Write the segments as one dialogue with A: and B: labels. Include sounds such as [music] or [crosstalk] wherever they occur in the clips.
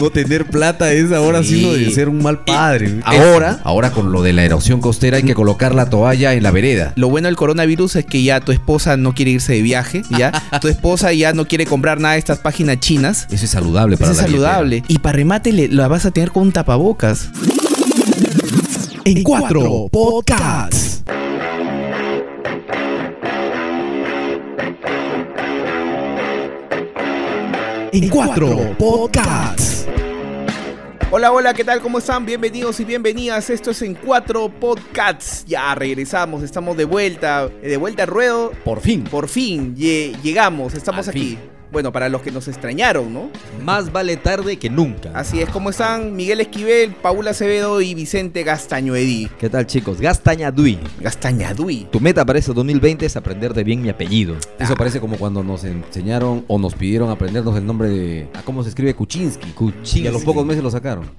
A: no tener plata es ahora
B: Sí.
A: signo de ser un mal padre.
B: Eh, Ahora, ahora con lo de la erosión costera hay que colocar la toalla en la vereda.
C: Lo bueno del coronavirus es que ya tu esposa no quiere irse de viaje,
A: [laughs]
C: ya. tu esposa ya no quiere comprar nada de estas páginas chinas.
B: Eso es saludable para
C: Eso es
B: la billetera.
C: saludable. Y para remate le- la vas a tener con un tapabocas.
A: en cuatro podcasts. En cuatro podcasts.
C: Hola, hola, ¿qué tal? ¿Cómo están? Bienvenidos y bienvenidas. Esto es en cuatro podcasts. Ya regresamos, estamos de vuelta, eh, de vuelta al ruedo.
B: Por fin.
C: Por fin lle- llegamos, estamos
B: Al
C: aquí.
B: fin.
C: Bueno, para los que nos extrañaron, ¿no?
D: Más vale tarde que nunca.
C: Así es, ¿cómo están? Miguel Esquivel, Paula Acevedo y Vicente Gastañoedí.
D: ¿Qué tal chicos? Gastaña Dui.
B: [laughs]
C: Gastañadui.
D: Tu meta para este 2020 es aprenderte bien mi apellido.
B: Eso parece como cuando nos enseñaron o nos pidieron aprendernos el nombre de. a cómo se escribe Kuczynski. Y a los pocos meses lo sacaron.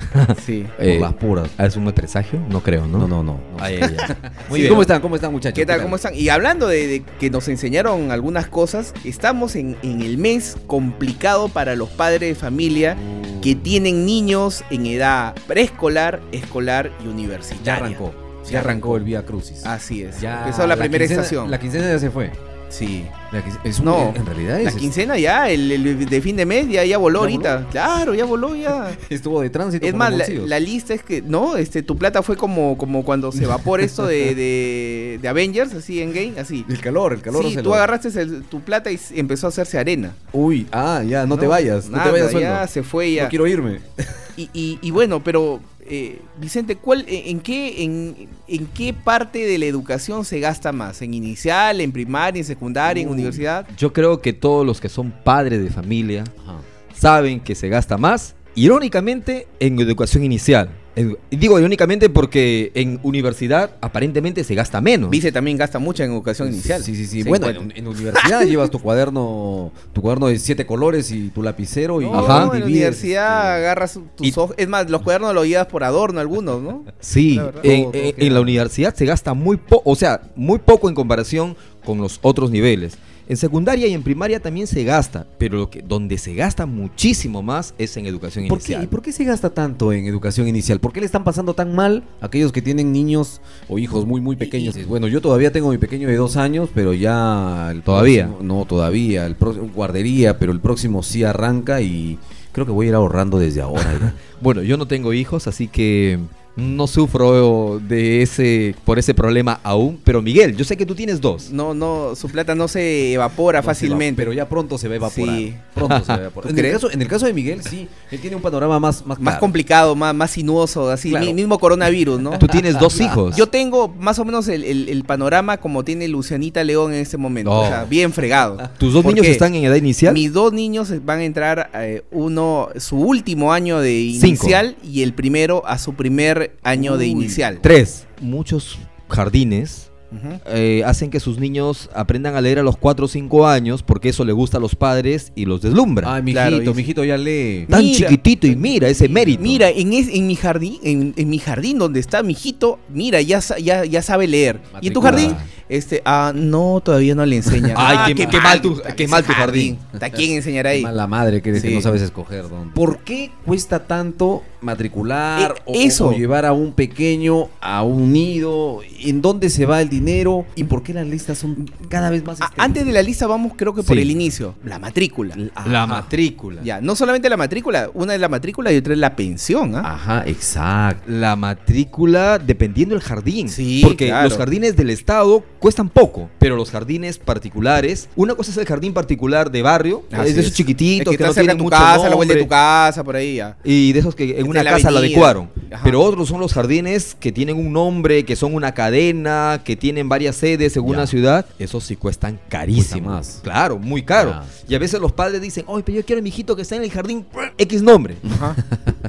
C: Sí.
B: Por las puras.
D: Eh, ¿Es un presagio? No creo, ¿no?
B: No, no, no. no.
D: Ay, ay,
B: [laughs]
D: ay. Muy
B: Sí,
D: bien.
B: ¿Cómo están? ¿Cómo están, muchachos?
C: ¿Qué tal? ¿Cómo están? Y hablando de, de que nos enseñaron algunas cosas, estamos en, en el mes complicado para los padres de familia que tienen niños en edad preescolar, escolar y universitaria.
B: Ya arrancó.
C: Sí,
B: Ya arrancó
C: arrancó.
B: el Vía Crucis.
C: Así es.
B: Ya
C: Empezó la, primera
B: quincena-
C: estación.
B: La quincena ya se fue.
C: sí.
B: La quince- es un-
C: No,
B: en realidad
C: La
B: es-
C: quincena ya, el, el de fin de mes ya, ya voló
B: ¿Ya
C: ahorita. Claro, ya voló ya.
B: estuvo de tránsito.
C: Es
B: por
C: más,
B: los
C: la,
B: bolsillos.
C: la lista es que, no, este, tu plata fue como, como cuando se evapora esto
B: [laughs]
C: de, de, de Avengers, así en game, así.
B: el calor, el calor.
C: Sí,
B: se
C: tú
B: lo-
C: agarraste el- tu plata y s- empezó a hacerse arena.
B: Uy, ah, ya, no, te vayas, no
C: nada,
B: te vayas
C: ya
B: sueldo.
C: se fue ya.
B: No
C: [laughs]
B: quiero irme.
C: y, y- y bueno, pero eh, Vicente, ¿cuál, en, en qué, en, en qué parte de la educación se gasta más? ¿En inicial, en primaria, en secundaria, en
B: Uy.
C: universidad?
D: Yo creo que todos los que son padres de familia saben que se gasta más, irónicamente, en educación inicial. En- digo irónicamente porque en universidad aparentemente se gasta menos.
C: Vice también gasta mucho en educación inicial.
B: Sí, sí, sí. bueno,
C: encuentra.
B: en, en universidad llevas tu cuaderno, tu cuaderno de siete colores y tu lapicero y
C: No,
D: Ajá.
C: en la
B: divides,
C: universidad
B: este,
C: agarras tus
D: Y-
C: hojas. Es más, los cuadernos los llevas por adorno algunos, ¿no?
D: Sí,
C: La verdad.
D: en,
C: Todo, todo
D: en-
C: queda.
D: en la universidad se gasta muy poco, o sea, muy poco en comparación con los otros niveles. En secundaria y en primaria también se gasta, pero lo que, donde se gasta muchísimo más es en educación
B: ¿Por qué,
D: inicial.
B: ¿Y por qué se gasta tanto en educación inicial? ¿Por qué le están pasando tan mal a aquellos que tienen niños o hijos muy, muy pequeños? Bueno, yo todavía tengo mi pequeño de dos años, pero ya... el
D: ¿Todavía?
B: próximo- no, todavía. El próximo, guardería, pero el próximo sí arranca y creo que voy a ir ahorrando desde
C: [laughs]
B: ahora. ya.
D: Bueno, yo no tengo hijos, así que no sufro de ese por ese problema aún, pero Miguel, yo sé que tú tienes dos.
C: No, no, su plata no se evapora fácilmente.
B: Pero ya pronto se va a evaporar.
C: Sí.
B: Pronto
C: [laughs]
B: se va a evaporar.
C: ¿Tú
B: En el,
C: crees?
B: caso, en el caso de Miguel, sí. Él tiene un panorama más...
C: más
B: Más, claro.
C: complicado, más, más sinuoso, así,
B: Claro.
C: mi- mismo coronavirus, ¿no?
D: Tú tienes dos
C: [laughs]
D: hijos.
C: Yo tengo más o menos el, el- el panorama como tiene Lucianita León en este momento,
D: No.
C: o sea, bien fregado.
D: Ah. ¿Tus dos
C: ¿Por
D: niños
C: qué?
D: están en edad inicial?
C: Mis dos niños van a entrar, eh, uno su último año de
D: Cinco.
C: inicial y el primero a su primer año de
B: Uy.
C: inicial.
D: Tres. Muchos jardines
C: Ujú.
D: eh, hacen que sus niños aprendan a leer a los 4 o 5 años porque eso le gusta a los padres y los deslumbra.
B: Ay, mijito,
C: Claro, y-
B: mijito, ya lee.
D: Tan
C: mira.
D: chiquitito y mira ese este mérito.
C: Mira, en, es- en mi jardín, en, en mi jardín donde está mi hijito, mira, ya, sa- ya, ya sabe leer. ¿Y en tu
B: Matriculada.
C: jardín? Este, ah, no, todavía no le enseña.
D: [laughs] Ay,
C: Ah,
D: qué- qué mal tu-
C: puta,
D: qué
C: ese
D: mal tu jardín.
C: Puta, quién enseñará ahí?
B: Mala madre que eres que
C: Sí.
B: no sabes escoger, don. ¿Por qué cuesta tanto matricular
C: Eh,
B: o,
C: eso.
B: o llevar a un pequeño a un nido? ¿En dónde se va el dinero? ¿Y por qué las listas son cada vez más
C: Ah, antes de la lista vamos creo que por
B: Sí.
C: el inicio, la matrícula.
D: la matrícula.
C: Ya, no solamente la matrícula, una es la matrícula y otra es la pensión, ¿ah?
B: Ajá, exacto.
D: La matrícula dependiendo del jardín.
C: Sí,
D: porque
C: claro.
D: los jardines del Estado cuestan poco, pero los jardines particulares, una cosa es el jardín particular de barrio,
C: Así
D: es de esos
C: es.
D: chiquititos
C: Es que,
D: que,
C: está
D: no
C: cerca
D: tienen
C: de tu
D: mucho
C: casa, a la vuelta de tu
D: nombre.
C: casa, por ahí ya.
D: Y de esos que
C: de
D: en una
C: la
D: casa la
C: avenida.
D: adecuaron.
C: Ajá.
D: Pero otros son los jardines que tienen un nombre, que son una cadena, que tienen varias sedes en
B: Ya.
D: una ciudad. Esos sí cuestan carísimo.
B: más.
D: Claro, muy caro.
B: Ya.
D: Y a veces los padres dicen, oye, pero yo quiero a mi hijito que está en el jardín
C: [laughs]
D: X nombre.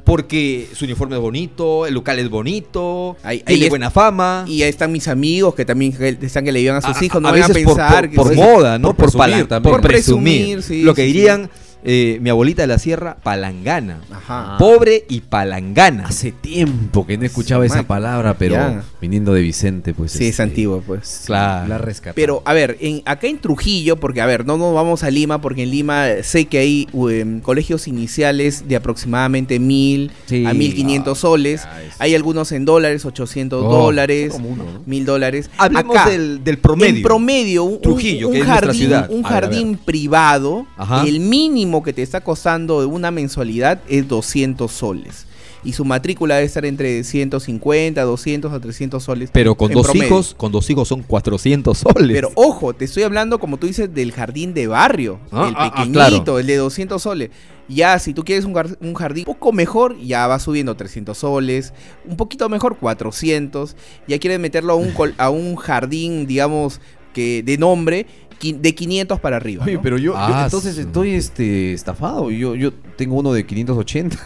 D: Porque su uniforme es bonito, el local es bonito,
C: Ahí- ahí
D: tiene
C: es-
D: buena fama.
C: Y ahí están mis amigos que también que- están que le llevan a sus
D: A-
C: hijos, no
D: a
C: van a
D: veces por-
C: pensar
D: por,
C: que pues,
D: por
C: sí.
D: moda, ¿no?
B: por
D: Por,
B: presumir
D: pala-
B: también.
D: por
C: Por
D: presumir.
C: presumir, sí,
D: Lo que
C: sí, sí.
D: dirían eh, mi abuelita de la sierra, palangana.
C: Ajá.
D: Pobre y palangana.
B: Hace tiempo que no escuchaba
C: Sí,
B: esa
C: man.
B: palabra, pero
C: Ya.
B: viniendo de Vicente, pues.
C: Sí, es
B: este,
C: antiguo, pues.
D: Claro.
B: La rescató.
C: Pero, a ver, en- acá en Trujillo, porque, a ver, no nos vamos a Lima, porque en Lima eh, sé que hay em, colegios iniciales de aproximadamente mil
B: Sí.
C: a 1500 soles.
B: Ah, es-
C: Hay algunos en dólares, 800
D: Oh,
C: dólares,
B: como uno, ¿no?
C: mil dólares.
D: Hablemos
C: Acá,
D: del, del promedio.
C: En promedio, un,
D: Trujillo,
C: un-
D: que
C: un
D: es nuestra
C: jardín,
D: ciudad.
C: un
D: A ver, a ver.
C: jardín privado,
D: Ajá.
C: el mínimo que te está costando de una mensualidad es 200 soles. Y su matrícula debe estar entre 150, 200 a 300 soles.
D: pero con
C: en
D: dos
C: promedio.
D: hijos, con dos hijos son 400 soles.
C: Pero ojo, te estoy hablando, como tú dices, del jardín de barrio,
D: Ah,
C: el
D: ah, ah,
C: pequeñito,
D: claro.
C: el de 200 soles. Ya, si tú quieres un, gar- un jardín un poco mejor, ya va subiendo 300 soles, un poquito mejor, 400. Ya quieres meterlo a un, col- a un jardín, digamos, que de nombre, qui- de 500 para arriba.
B: Oye,
C: ¿no?
B: pero yo, yo
D: Ah,
B: entonces
D: su-
B: estoy este, estafado. Yo, yo tengo uno de 580.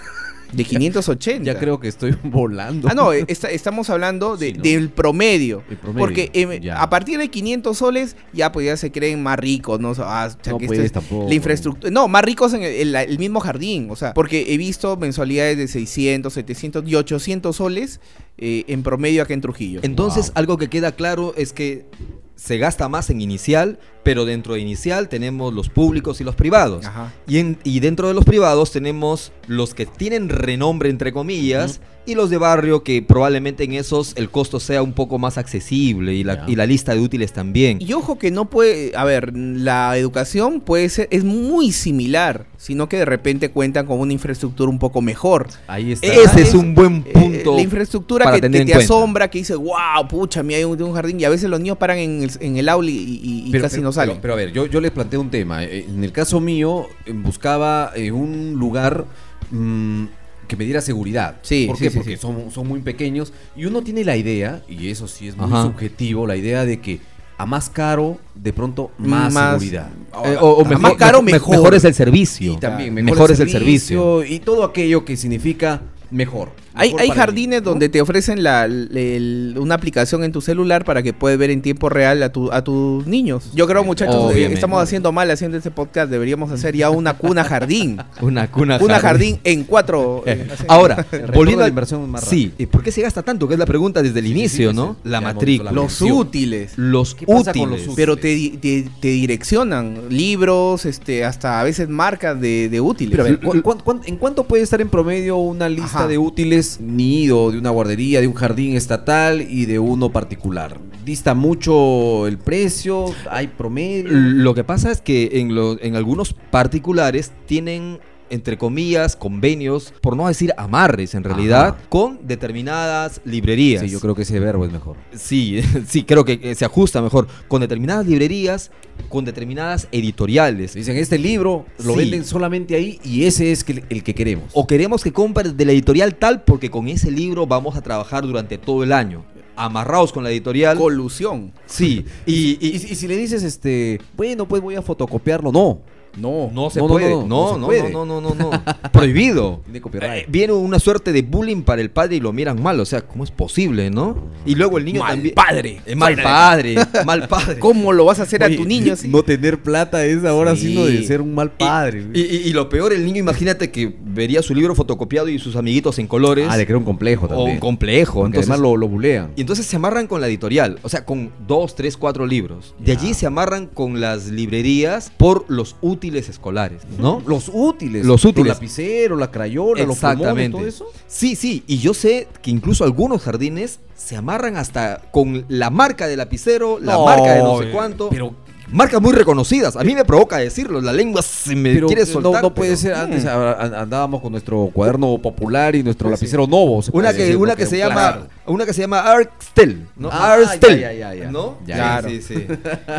C: De 580.
B: [laughs] ya creo que estoy [laughs] volando.
C: Ah, no, eh, está- estamos hablando de-
B: Sí, ¿no?
C: del promedio.
B: El promedio,
C: Porque em,
B: ya.
C: a partir de 500 soles ya pues ya se creen más ricos, ¿no? O sea, ah, o sea,
B: No,
C: que
B: pues,
C: esto es-
B: tampoco.
C: La infraestructura, no, más ricos en el, en la- el mismo jardín, o sea, porque he visto mensualidades de 600, 700 y 800 soles eh, en promedio acá en Trujillo.
D: Entonces,
B: Wow.
D: algo que queda claro es que se gasta más en inicial, pero dentro de inicial tenemos los públicos y los privados.
C: Ajá.
D: Y, en- y dentro de los privados tenemos los que tienen renombre, entre comillas, y los de barrio, que probablemente en esos el costo sea un poco más accesible y la,
B: Ya.
D: y la lista de útiles también.
C: Y ojo que no puede, a ver, la educación puede ser, es muy similar, sino que de repente cuentan con una infraestructura un poco mejor.
B: Ahí está.
D: Ese es un buen
C: Eh,
D: punto.
C: la infraestructura
D: para
C: que, que
D: tener en
C: te
D: cuenta.
C: asombra, que dice, wow, pucha, mira, hay un, un jardín. Y a veces los niños paran en el, en el aula y, y- y
B: Pero-
C: casi
B: pero-
C: no salen.
B: Pero, pero a ver, yo, yo les planteé un tema. Eh, En el caso mío, eh, buscaba eh, un lugar mm, que me diera seguridad.
C: Sí,
B: ¿Por
C: sí,
B: qué?
C: sí,
B: Porque
C: sí.
B: Son, son muy pequeños. Y uno tiene la idea, y eso sí es muy
D: Ajá.
B: subjetivo, la idea de que a más caro, de pronto, más,
C: Más-
B: seguridad.
D: Mm, Eh, o- o
C: Ah,
D: mejor,
C: más caro,
D: me-
C: mejor.
D: es el servicio.
B: Y también
D: mejor,
B: mejor,
D: es el servicio.
B: Y todo aquello que significa mejor.
C: Hay,
B: Mejor
C: hay
B: para mí,
C: jardines
B: ¿no?
C: donde te ofrecen la, el- una aplicación en tu celular para que puedas ver en tiempo real a, tu- a tus niños. Yo creo, muchachos, eh,
B: Obviamente.
C: estamos haciendo mal haciendo este podcast. Deberíamos hacer ya una cuna jardín.
D: Una cuna
C: [laughs] Una jardín en [laughs] cuatro. eh, así.
D: Ahora,
B: El retorno
D: volviendo
B: de
D: a
B: inversión más
D: Sí, ¿y ¿por qué se gasta tanto? Que es la pregunta desde el
B: Sí, sí,
D: inicio,
B: sí,
D: ¿no?
B: sí.
D: La
B: Ya hemos
D: matrícula.
B: hablado.
C: los
B: mención.
C: útiles.
D: Los
B: ¿Qué pasa con
D: útiles.
B: los útiles?
C: Pero te, di- te, te direccionan libros, este, hasta a veces marcas de, de útiles.
B: Pero a ver, ¿cu- cuán- cuán- en cuánto puede estar en promedio una lista
C: Ajá.
B: de útiles nido de una guardería, de un jardín estatal y de uno particular? ¿Dista mucho el precio? ¿Hay promedio?
D: Lo que pasa es que en, lo- en algunos particulares tienen entre comillas, convenios, por no decir amarres en realidad,
B: Ajá.
D: con determinadas librerías.
B: Sí, yo creo que ese verbo es mejor.
D: Sí, [laughs] sí, creo que eh, se ajusta mejor. Con determinadas librerías, con determinadas editoriales.
B: Dicen, este libro lo
D: Sí.
B: venden solamente ahí y ese es que- el que queremos.
D: O queremos que compres de la editorial tal porque con ese libro vamos a trabajar durante todo el año. Amarrados con la editorial.
C: Colusión.
D: sí. Y,
B: Y, y si le dices, este, bueno, pues voy a fotocopiarlo, no.
C: No.
D: No se
B: No, no,
D: puede.
B: no,
D: No, no,
B: no, no
D: no,
B: se
D: no, no,
B: [laughs]
D: no, no. Prohibido.
B: Tiene copyright.
D: Eh, viene una suerte de bullying para el padre y lo miran mal. O sea, ¿cómo es posible, no? Y luego el niño
C: Mal
D: también.
C: padre.
D: Eh, mal
B: [laughs]
D: padre. [laughs] mal padre.
C: ¿Cómo lo vas a hacer
B: Oye,
C: a tu
D: [laughs]
C: niño? así?
B: No tener plata es ahora
C: Sí.
B: sino de ser un mal padre.
D: Y, y- y lo peor, el niño, imagínate que vería su libro fotocopiado y sus amiguitos en colores.
B: ah, le crea un complejo
D: o
B: también.
D: un complejo.
B: Porque
D: Entonces,
B: además lo, lo bulean.
D: Y entonces se amarran con la editorial, o sea, con dos, tres, cuatro libros. De allí
B: Ya.
D: se amarran con las librerías por los útiles escolares, ¿no?
B: Los útiles.
D: Los útiles.
B: Los lapiceros, la crayola, los plumones, todo eso.
D: Sí, sí, y yo sé que incluso algunos jardines se amarran hasta con la marca de lapicero, la
B: No,
D: marca de no sé
B: eh,
D: cuánto.
B: pero-
D: marcas muy reconocidas. A mí me provoca decirlo, la lengua se me
B: Pero
D: quiere
B: eh, no,
D: soltar.
B: no puede
D: pero- eh.
B: ser. Antes a- a- andábamos con nuestro cuaderno popular y nuestro lapicero novo. se
D: Una
B: puede
D: que,
B: decir,
D: una
B: ¿no?
D: que se
B: era un
D: llama
B: clásico.
D: una que se llama Arkstel, ¿no?
B: Ah,
D: Arkstel,
B: ya, ya, ya, ya.
D: ¿no? Sí,
B: Ya.
C: Claro.
D: sí, sí.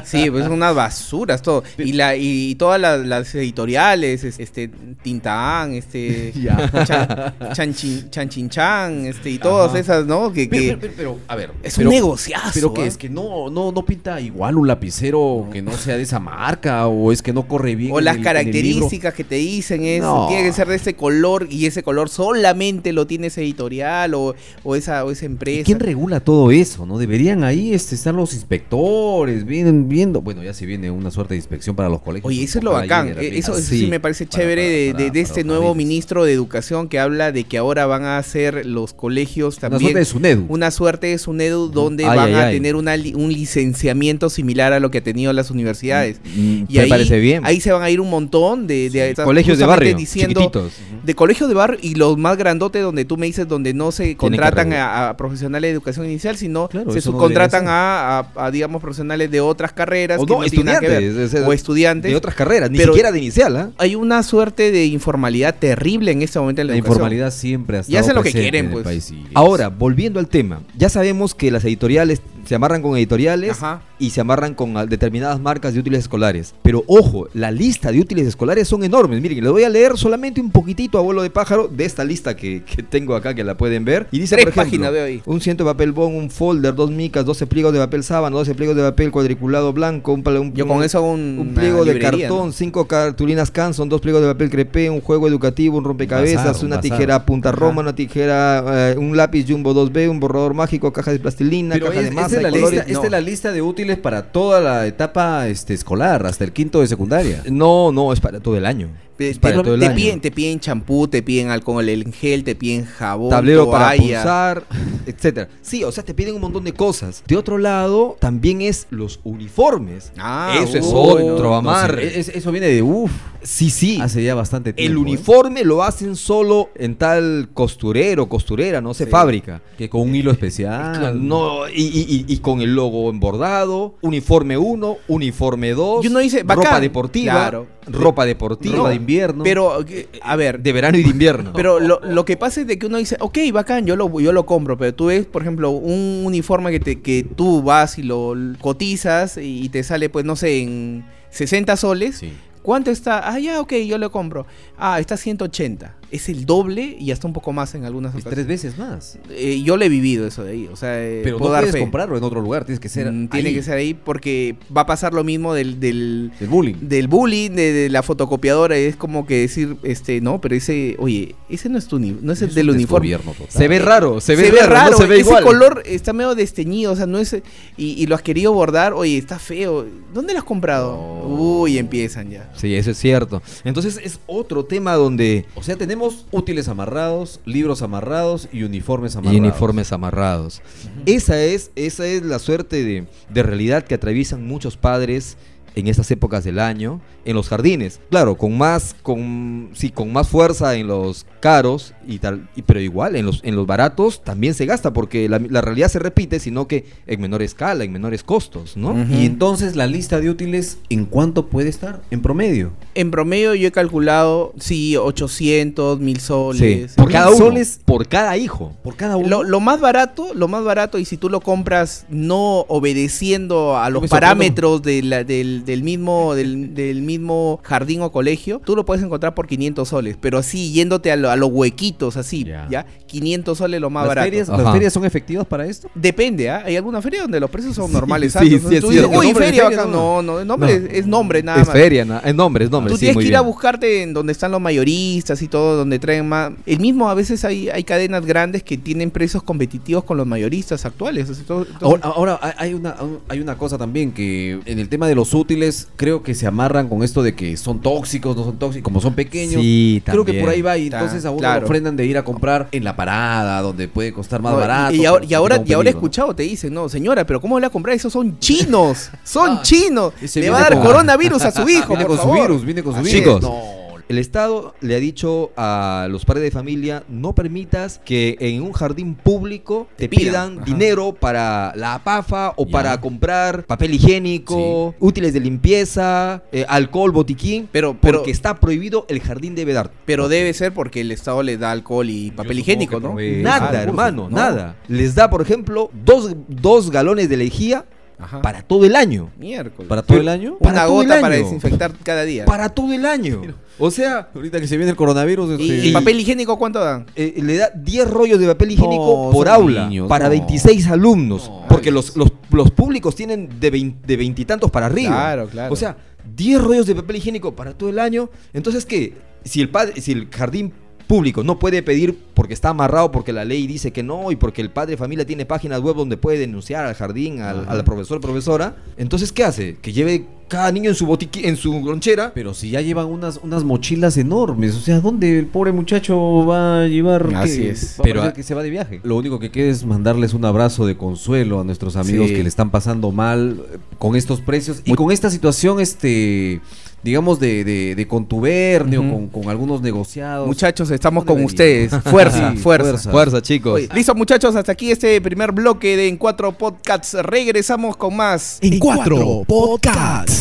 C: Sí, pues son unas basuras todo. Y la y todas las, las editoriales, es- este Tintán, este
B: [laughs] Ya.
C: Chan- Chanchin- Chanchinchan, este y todas
B: Ajá.
C: esas, ¿no? Que,
B: Pero,
C: que
B: pero- pero- pero, a ver.
C: es
B: pero-
C: un negociazo.
B: Pero que
D: ¿eh?
C: ¿ah?
B: es que no, no, no pinta igual un lapicero que no sea de esa marca o es que no corre bien.
C: o
B: en
C: las
B: el- en el libro.
C: características que te dicen es
B: No.
C: tiene que ser de ese color y ese color solamente lo tiene ese editorial o, o esa o esa
B: ¿Y
C: empresa.
B: quién regula todo eso? ¿No deberían ahí este, estar los inspectores, vienen viendo? Bueno, ya se viene una suerte de inspección para los colegios. pues,
C: Oye, eso es lo
B: Ojalá
C: bacán.
B: llegue de
C: Eh, Eso,
B: repente.
C: eso sí me parece
B: para-
C: chévere
B: para-
C: de- de,
B: para-
C: de
B: para
C: este
B: los
C: nuevo
B: jardines.
C: ministro de Educación que habla de que ahora van a hacer los colegios
B: Una suerte
C: también
B: de E SUNEDU.
C: una suerte de SUNEDU donde
D: Ay,
C: van
D: ay,
C: a
D: ay.
C: tener una li- un licenciamiento similar a lo que ha tenido las universidades.
D: Mm,
C: Y
D: me
C: ahí,
D: parece bien.
C: ahí se van a ir un montón de, de- estas-
D: Colegios de
C: justamente
D: barrio,
C: diciendo
D: chiquititos.
C: de colegios de barrio y los más grandotes donde tú me dices donde no se contratan
D: que regular.
C: a, a profesionales de educación inicial, sino
B: Claro,
C: se
B: eso no
C: subcontratan
B: debería
C: a, a- a, digamos profesionales de otras carreras
D: O
C: que
D: no,
C: tienen nada que ver.
D: estudiantes, es- es-
C: o estudiantes.
D: De otras carreras, ni
C: Pero-
D: siquiera de inicial, ¿ah?
C: Hay una suerte de informalidad terrible en este momento en la,
B: La
C: educación.
B: informalidad siempre ha
C: Y hacen
B: estado
C: lo que
B: presente
C: quieren,
B: en el
C: pues.
B: país y es-
D: Ahora, volviendo al tema, ya sabemos que las editoriales se amarran con editoriales
C: Ajá.
D: y se amarran con ah, determinadas marcas de útiles escolares. Pero ojo, la lista de útiles escolares son enormes. Miren, le voy a leer solamente un poquitito a vuelo de pájaro de esta lista que, que tengo acá, que la pueden ver. Y dice,
C: Tres
D: por ejemplo,
C: páginas veo ahí.
D: un ciento de papel bond, un folder, dos micas, 12 pliegos de papel sábana, 12 pliegos de papel cuadriculado blanco, un, pla- un-
C: Yo con eso hago
B: Mm,
C: un,
D: un
B: ah,
D: pliego
C: una
D: de
C: librería,
D: cartón,
C: ¿no?
D: cinco cartulinas Canson, dos pliegos de papel crepé, un juego educativo, un rompecabezas,
B: Bazar, un
D: una
B: bazar.
D: tijera punta
C: Ajá.
D: roma, una tijera, eh, un lápiz jumbo 2B, un borrador mágico, caja de plastilina,
B: Pero
D: caja
B: es-
D: de masa,
B: esta es la
D: colores.
B: lista, esta es la lista de útiles para toda la etapa este, escolar, hasta el quinto de secundaria.
D: No, no, es para todo el año.
C: Te,
D: Es para
C: te-
D: todo el
C: te
D: año.
C: piden, te piden champú, te piden alcohol en gel, te piden jabón,
D: Tablero para
C: toalla.
D: pulsar, etcétera. Sí, o sea, te piden un montón de cosas. De otro lado, también es los uniformes.
C: Ah,
D: Eso es
C: uy,
D: otro
C: no,
D: amarre.
B: e-, Es- es- eso viene de uff,
D: Sí, sí.
B: hace ya bastante tiempo.
D: El
B: ¿eh?
D: uniforme lo hacen solo en tal costurero, costurera, no se
C: Sí.
D: fabrica.
B: Que con un hilo especial.
D: No, y, y- y- y con el logo embordado, uniforme 1, uniforme 2,
C: Y uno dice,
D: ropa
C: bacán.
D: deportiva,
C: Claro.
D: ropa deportiva,
B: ropa
C: No,
B: de invierno.
C: Pero, eh, a ver,
D: de verano y de
B: [laughs]
D: invierno.
C: pero lo, lo que pasa es de que uno dice, ok, bacán, yo lo, yo lo compro, pero tú ves, por ejemplo, un uniforme que, te, que tú vas y lo cotizas y te sale, pues, no sé, en 60 soles.
B: Sí.
C: ¿Cuánto está? Ah, ya, ok, yo lo compro. Ah, está 180. Es el doble y hasta un poco más en algunas
B: Es
C: ocasiones.
B: tres veces más.
C: Eh, yo lo he vivido eso de ahí, o sea, eh,
B: Pero no
C: puedo dar
B: puedes
C: fe.
B: comprarlo en otro lugar, tienes que ser.
C: Mm, Tiene
B: ahí.
C: que ser ahí porque va a pasar lo mismo del, del,
B: El bullying.
C: del bullying, de, de la fotocopiadora. Es como que decir, este, no, pero ese, oye, ese no es tu uni- no es el
B: un
C: del uniforme.
B: desgobierno total.
D: se ve raro, se
C: Se
D: ve,
C: ve,
D: raro,
C: raro,
D: no se ve
C: ese
D: igual.
C: color está medio desteñido, o sea, no es. Y, y lo has querido bordar, oye, está feo. ¿Dónde lo has comprado?
B: No.
C: Uy, empiezan ya.
D: Sí, eso es cierto. Entonces es otro tema donde
B: O sea, tenemos útiles amarrados, libros amarrados y uniformes amarrados.
D: y uniformes amarrados. Esa es, esa es la suerte de, de realidad que atraviesan muchos padres en estas épocas del año, en los jardines. Claro, con más, con sí, con más fuerza en los caros y tal, y- pero igual en los, en los baratos también se gasta, porque la, la realidad se repite, sino que en menor escala, en menores costos, ¿no?
C: Ujú.
B: Y entonces la lista de útiles, ¿en cuánto puede estar? En promedio.
C: En promedio, yo he calculado, sí, 800, 1000
D: Sí,
C: soles.
D: por
C: ¿no?
D: cada uno,
B: soles.
D: por cada hijo.
B: Por cada uno.
C: Lo, lo más barato, lo más barato, y si tú lo compras no obedeciendo a los
B: me sorprendo.
C: parámetros de la- del, del mismo, del, del mismo jardín o colegio, tú lo puedes encontrar por 500 soles, pero así yéndote a, lo- a los huequitos, así,
B: Ya.
C: ¿ya? 500 soles lo más
B: ¿Las,
C: barato.
B: ferias,
D: Ajá.
B: ¿Las ferias son efectivas para esto?
C: Depende, ¿ah? Hay alguna feria donde los precios son
D: Sí,
C: normales.
D: sí,
C: altos,
D: sí,
C: ¿no?
D: es
C: tú dices,
D: cierto.
C: uy,
B: Nombre de
C: feria,
B: feria,
C: bacán".
B: no.
C: No, no, el nombre
B: No.
C: es, es nombre nada
D: Es
C: más.
D: feria, na- es nombre, es nombre.
C: Tú
D: sí,
C: tienes
D: muy
C: que ir a
D: bien.
C: buscarte en donde están los mayoristas y todo, donde traen más. El mismo, a veces hay, hay cadenas grandes que tienen precios competitivos con los mayoristas actuales. o sea, todo- todo-
B: Ahora, ahora, hay- hay una, hay una cosa también que en el tema de los útiles creo que se amarran con esto de que son tóxicos, no son tóxicos, como son pequeños.
D: Sí,
B: creo que
D: también.
B: por ahí va y
C: Ta-
B: entonces a uno
C: claro.
B: le ofrendan de ir a comprar en la parada, donde puede costar más
C: No,
B: barato.
C: Y, ahora,
B: pero
C: y ahora, y ahora
B: significa un
C: he
B: peligro, ¿no?
C: escuchado, te dicen, no, señora, pero ¿cómo le va a comprar? Esos son chinos, son
B: [laughs] Ah,
C: chinos.
B: ese
C: Le
B: viene
C: va a dar
B: con-
C: coronavirus
B: [laughs]
C: a su hijo,
B: Ah, Viene
C: por
B: con
C: favor. Ah,
B: su virus, viene con su
D: Así
B: virus.
D: es.
B: No.
D: El Estado le ha dicho a los padres de familia, no permitas que en un jardín público
C: Te
D: te, pidan
C: pidan, ajá.
D: dinero para la APAFA o
B: Ya.
D: para comprar papel higiénico, útiles de limpieza, eh, alcohol, botiquín,
C: Pero, pero,
D: porque está prohibido, el jardín debe dar.
C: pero debe ser porque el Estado le da alcohol y papel
B: supongo
C: higiénico,
B: que
C: ¿no?
B: provee- Eh,
D: nada,
B: ah,
D: hermano,
C: no.
D: nada. Les da, por ejemplo, dos, dos galones de lejía
C: Ajá.
D: para todo el año.
C: miércoles.
B: ¿Para todo el año?
D: para
C: Una
D: todo el
C: gota para
D: año.
C: desinfectar cada día.
D: Para todo el año. O sea,
B: Ahorita que se viene el coronavirus.
C: ¿Y,
B: este-
C: y papel higiénico cuánto dan?
D: eh, le da 10 rollos de papel higiénico
B: No,
D: por
B: son
D: aula
B: niños,
D: para
B: no.
D: 26 alumnos.
B: No,
D: porque
B: ay,
D: los, los, los públicos tienen de vein- de veintitantos para arriba.
C: Claro, claro.
D: O sea, 10 rollos de papel higiénico para todo el año. Entonces, ¿qué? Si el, padre, si el jardín público. No puede pedir porque está amarrado, porque la ley dice que no y porque el padre de familia tiene páginas web donde puede denunciar al jardín, al,
B: Ajá.
D: al profesor, profesora. Entonces, ¿qué hace? Que lleve cada niño en su botiqui- en su lonchera.
B: Pero si ya llevan unas, unas mochilas enormes, o sea, ¿dónde el pobre muchacho va a llevar? qué?
C: Así es.
B: Va a
D: Pero
B: parecer
D: a-
B: que se va de viaje. Lo único que queda es mandarles un abrazo de consuelo a nuestros amigos
C: Sí.
B: que le están pasando mal eh, con estos precios y con esta situación, este, digamos, de, de, de contubernio,
C: Ujú.
B: con, con algunos negociados.
C: Muchachos, estamos con
B: Debería.
C: ustedes. Fuerza,
B: Sí,
C: fuerza.
B: fuerza.
D: Fuerza, chicos.
C: Oye, listo muchachos, hasta aquí este primer bloque de En Cuatro Podcasts. Regresamos con más.
A: En cuatro podcasts.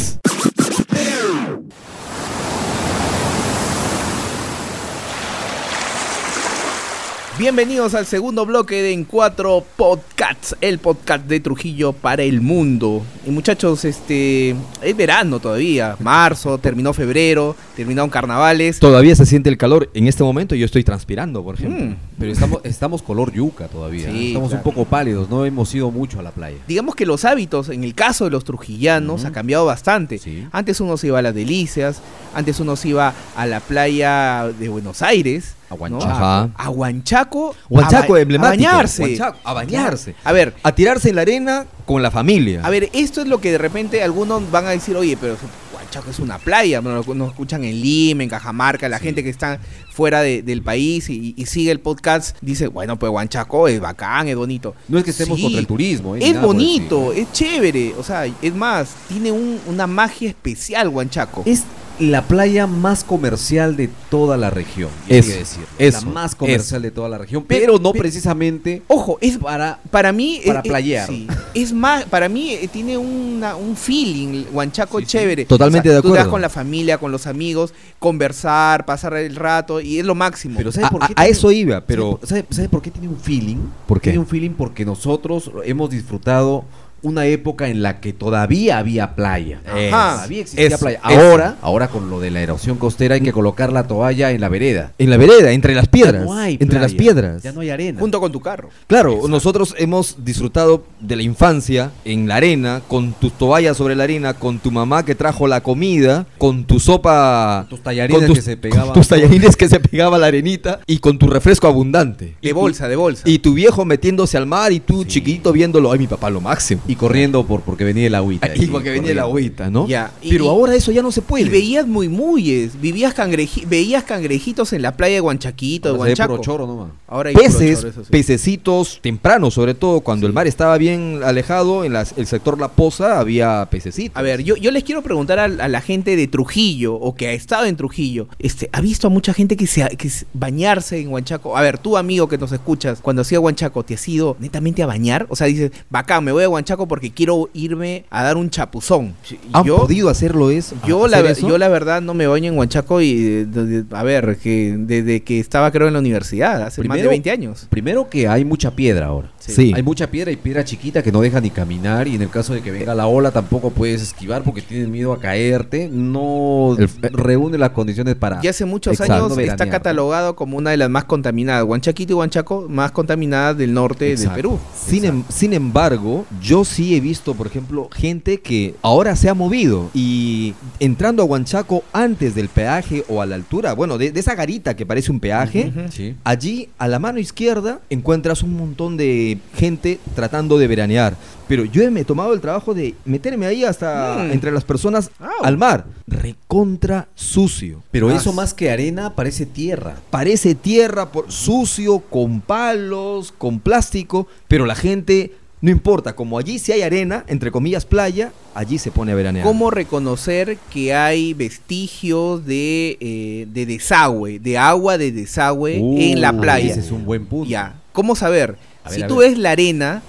C: Bienvenidos al segundo bloque de En Cuatro Podcasts, el podcast de Trujillo para el mundo. Y muchachos, este es verano todavía, marzo, terminó febrero, terminaron carnavales.
D: Todavía se siente el calor. En este momento yo estoy transpirando, por ejemplo.
C: Mm.
B: Pero estamos, estamos color yuca todavía. ¿eh?
C: Sí,
B: estamos
C: claro.
B: un poco pálidos, no hemos ido mucho a la playa.
C: Digamos que los hábitos, en el caso de los trujillanos,
B: Ujú.
C: ha cambiado bastante.
B: Sí.
C: Antes uno se iba a las delicias, antes uno se iba a la playa de Buenos Aires.
B: A
C: ¿no?
B: Huanchaco.
D: Ajá.
C: a Huanchaco.
D: Huanchaco,
C: a ba-
D: emblemático.
C: A bañarse.
D: Huanchaco, a bañarse.
C: A ver,
D: A tirarse en la arena con la familia.
C: a ver, esto es lo que de repente algunos van a decir, oye, pero Huanchaco es una playa. Bueno, Nos escuchan en Lima, en Cajamarca, la gente que está fuera de- del país y, y sigue el podcast dice, bueno, pues Huanchaco es bacán, es bonito.
B: No es que estemos
C: Sí.
B: contra el turismo. ¿eh? Ni
C: Es
B: nada por el
C: bonito,
B: estilo.
D: ¿eh?
C: es chévere, o sea, es más, tiene un- una magia especial Huanchaco.
B: Es la playa más comercial de toda la región. y
D: Eso,
B: hay que decirlo.
D: eso,
B: la más comercial de toda la región.
C: Pe-
B: Pero no
C: pe-
B: precisamente
C: Ojo, es
B: para.
C: para mí
B: Para
C: eh, eh,
B: playar.
C: sí, es más, para mí eh, tiene una- un feeling Huanchaco
B: Sí, sí.
C: chévere.
D: Totalmente de
C: Tú te vas
D: acuerdo.
C: con la familia, con los amigos, conversar, pasar el rato y es lo máximo.
B: Pero ¿sabes
D: A,
B: por
D: a-
B: qué?
D: a
B: tiene-
D: eso iba,
B: pero
D: pero.
B: ¿sabe, sabe por qué tiene un feeling?
D: ¿Por qué?
B: Tiene un feeling porque nosotros hemos disfrutado una época en la que todavía había playa.
C: Ajá.
B: Todavía existía
D: Eso,
B: playa.
D: eso.
B: Ahora, ahora con lo de la erosión costera hay que colocar la toalla en la vereda.
D: En la vereda, entre las Mm. piedras.
B: Ya no hay
D: entre las
B: playa,
D: piedras.
B: Ya no hay arena.
C: junto con tu carro.
D: Claro, nosotros hemos disfrutado de la infancia en la arena, con tus toallas sobre la arena, con tu mamá que trajo la comida, con tu sopa.
B: Tus tallarines
D: con
B: que se pegaban.
D: con tus tallarines que se pegaba a la arenita y con tu refresco abundante.
C: De bolsa, de bolsa.
D: Y tu viejo metiéndose al mar y tú
B: Sí.
D: chiquito viéndolo. Ay, mi papá, lo máximo.
B: Y corriendo por porque venía el agüita.
D: [laughs] Y porque venía la
B: corriendo.
D: agüita, ¿no?
C: Ya. Y-
D: Pero
C: y-
D: ahora eso ya no se
C: y
D: puede.
C: veías muy muyes, vivías cangreji- veías cangrejitos en la playa de Huanchaquito, de
B: Ahora se ve puro
C: Huanchaco.
B: choro nomás.
C: Ahora hay puro
D: peces,
C: choro, eso sí.
D: pececitos temprano, sobre todo cuando el mar estaba bien alejado, en las- el sector La Poza había pececitos.
C: A ver, yo, yo les quiero preguntar a, a la gente de Trujillo o que ha estado en Trujillo. Este, ¿Ha visto a mucha gente que se ha- que se- bañarse en Huanchaco? A ver, tú amigo que nos escuchas, cuando has ido a Huanchaco, ¿te has ido netamente a bañar? O sea, dices, bacán, me voy a Huanchaco porque quiero irme a dar un chapuzón. Y
D: ¿Han
C: yo,
D: podido hacerlo eso?
C: yo, la,
D: ¿Hacer
C: ver-
D: eso?
C: yo la verdad no me baño en Huanchaco y, eh, de- de- a ver, que desde que estaba creo en la universidad, hace más de
B: Primero-
C: 20 años.
B: Primero que hay mucha piedra ahora.
D: Sí.
B: Hay mucha piedra y piedra chiquita que no deja ni caminar y en el caso de que venga la ola tampoco puedes esquivar porque tienes miedo a caerte. No
D: El-
B: reúne las condiciones para...
C: Y hace muchos
B: Ah, Exacto.
C: años
B: Veranear,
C: está
B: ¿no?
C: catalogado como una de las más contaminadas. Huanchaquito y Huanchaco, más contaminadas del norte del
B: Exacto.
C: Perú.
D: Sin, em- sin embargo, yo sí he visto, por ejemplo, gente que ahora se ha movido y entrando a Huanchaco antes del peaje o a la altura, bueno, de, de esa garita que parece un peaje,
C: Ujú.
B: Sí.
D: Allí, a la mano izquierda, encuentras un montón de gente tratando de veranear. Pero yo he me he tomado el trabajo de meterme ahí hasta
C: Mm.
D: entre las personas
C: Au.
D: al mar. Recontra sucio.
B: Pero
C: Más.
B: eso más que arena parece tierra.
D: Parece tierra por, sucio, con palos, con plástico, pero la gente, no importa, como allí si hay arena, entre comillas playa, allí se pone a veranear.
C: ¿Cómo reconocer que hay vestigios de, eh, de desagüe, de agua de desagüe en la
B: Uh,
C: playa?
B: Ese es un buen punto.
C: Ya. ¿Cómo saber?
B: A
C: si
B: ver, a
C: tú
B: ver.
C: ves la arena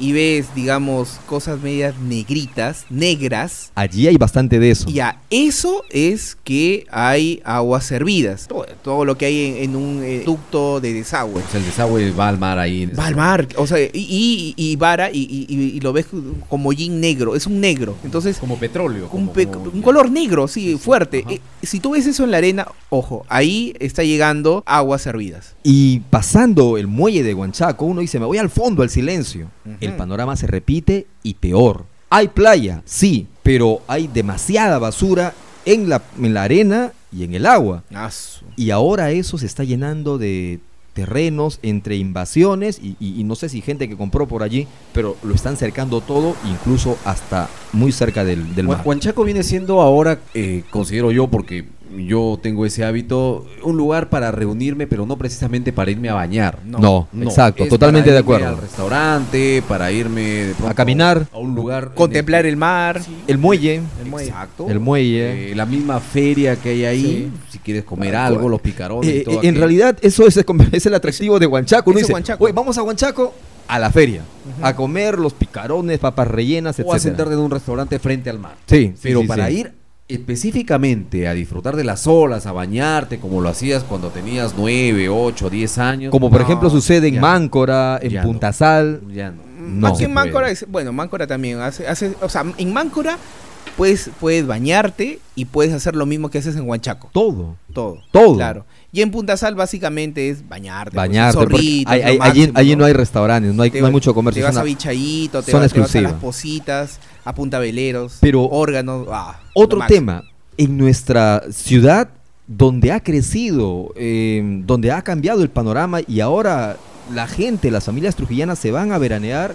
C: y ves, digamos, cosas medias negritas, negras,
D: Allí hay bastante de eso.
C: ya, eso es que hay aguas servidas. Todo, todo lo que hay en, en un eh, ducto de desagüe.
B: O sea, el desagüe va al mar ahí.
C: Va al mar, o sea, y, y, y vara y, y- y- y lo ves como jean negro, es un negro. Entonces,
B: Como petróleo.
C: un,
B: como-
C: pe-
B: como-
C: un color negro, sí,
B: Sí, sí,
C: fuerte.
B: ajá.
C: Eh, si tú ves eso en la arena, ojo, ahí está llegando aguas hervidas.
D: Y pasando el muelle de Huanchaco, uno dice, me voy al fondo, al silencio.
C: Ujú.
D: El panorama se repite y peor. Hay playa, sí, pero hay demasiada basura en la, en la arena y en el agua.
C: Ah, su-
D: Y ahora eso se está llenando de terrenos entre invasiones y, y- y no sé si gente que compró por allí, pero lo están cercando todo, incluso hasta muy cerca del, del
B: Hua-
D: mar.
B: Huanchaco viene siendo ahora, eh, considero yo, porque yo tengo ese hábito, un lugar para reunirme, pero no precisamente para irme a bañar.
D: No, exacto,
B: es
D: totalmente
B: para
D: de
B: irme
D: acuerdo.
B: Al restaurante, para irme de pronto
D: A caminar.
B: a un lugar.
C: Contemplar el mar.
D: El muelle,
C: el muelle.
B: Exacto.
D: El muelle.
B: Eh, la misma feria que hay ahí, si quieres comer
D: Tal
B: algo,
D: cual.
B: los picarones. y
D: Ah, eh,
B: todo
D: en
B: aquello.
D: realidad eso es, es el atractivo de Huanchaco. Uno
C: ese
D: dice,
C: Huanchaco.
D: "Oye, vamos a Huanchaco a la feria, a comer los picarones, papas rellenas,
B: o a sentarte
D: etc.
B: en un restaurante frente al mar.
D: Sí,
B: Pero para ir específicamente a disfrutar de las olas, a bañarte, como lo hacías cuando tenías 9, 8, 10 años.
D: Como por
B: no,
D: ejemplo sucede en
B: ya.
D: Máncora, en
B: Ya no.
D: Puntasal.
B: Ya no.
D: No.
C: Más que
D: se
C: Mm, en Máncora,
B: puede.
C: es- bueno, Máncora también. Hace, hace, o sea, en Máncora puedes, puedes bañarte y puedes hacer lo mismo que haces en Huanchaco.
D: Todo.
C: Todo.
D: Todo.
C: Claro. Y en Punta Sal básicamente es bañarte. pues,
D: Bañarte. porque
C: zorritos,
D: hay-
C: lo
D: hay- allí,
C: máximo,
D: allí no hay restaurantes, no hay,
C: Te
D: no hay
C: va-
D: mucho comercio.
C: Te
D: es
C: vas a
D: una-
C: Bichayito, te,
D: zona
C: vas- te vas a las
D: exclusiva.
C: positas, a puntaveleros,
D: Pero-
C: órganos. ah, lo
D: Otro
C: máximo.
D: tema, en nuestra ciudad, donde ha crecido, eh, donde ha cambiado el panorama y ahora la gente, las familias trujillanas se van a veranear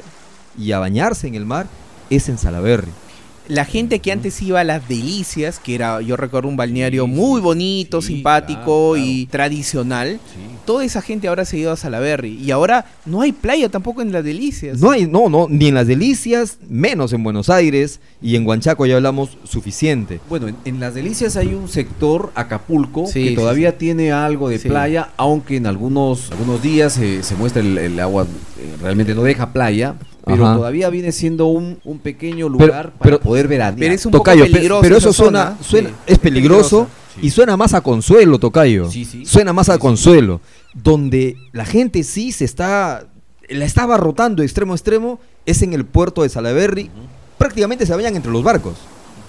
D: y a bañarse en el mar, es en Salaberry.
C: La gente que antes iba a las delicias, que era, yo recuerdo, un balneario muy bonito,
B: sí,
C: simpático
B: claro,
C: y tradicional.
B: Sí.
C: Toda esa gente ahora se ha ido a Salaberry. Y ahora no hay playa tampoco en las delicias.
D: No hay, no, no, ni en las delicias, menos en Buenos Aires y en Huanchaco ya hablamos suficiente.
B: Bueno, en, en Las Delicias hay un sector, Acapulco,
C: Sí,
B: que
C: sí,
B: todavía tiene algo de
C: Sí.
B: playa, aunque en algunos, algunos días eh, se muestra el, el agua, eh, realmente no deja playa, pero
D: Ajá.
B: todavía viene siendo un, un pequeño lugar para
D: pero-
B: poder veranear.
C: pero es un
D: Tocayo,
C: poco
D: pe-
C: peligroso.
D: pero
C: esa
D: eso suena,
C: zona.
D: suena
C: Sí.
D: es peligroso
B: Sí.
D: y suena más a consuelo, Tocayo.
B: Sí, sí.
D: Suena más
B: Sí,
D: a
B: sí.
D: consuelo, donde la gente sí se está la está abarrotando de extremo a extremo es en el puerto de Salaberry. Prácticamente se bañan entre los barcos,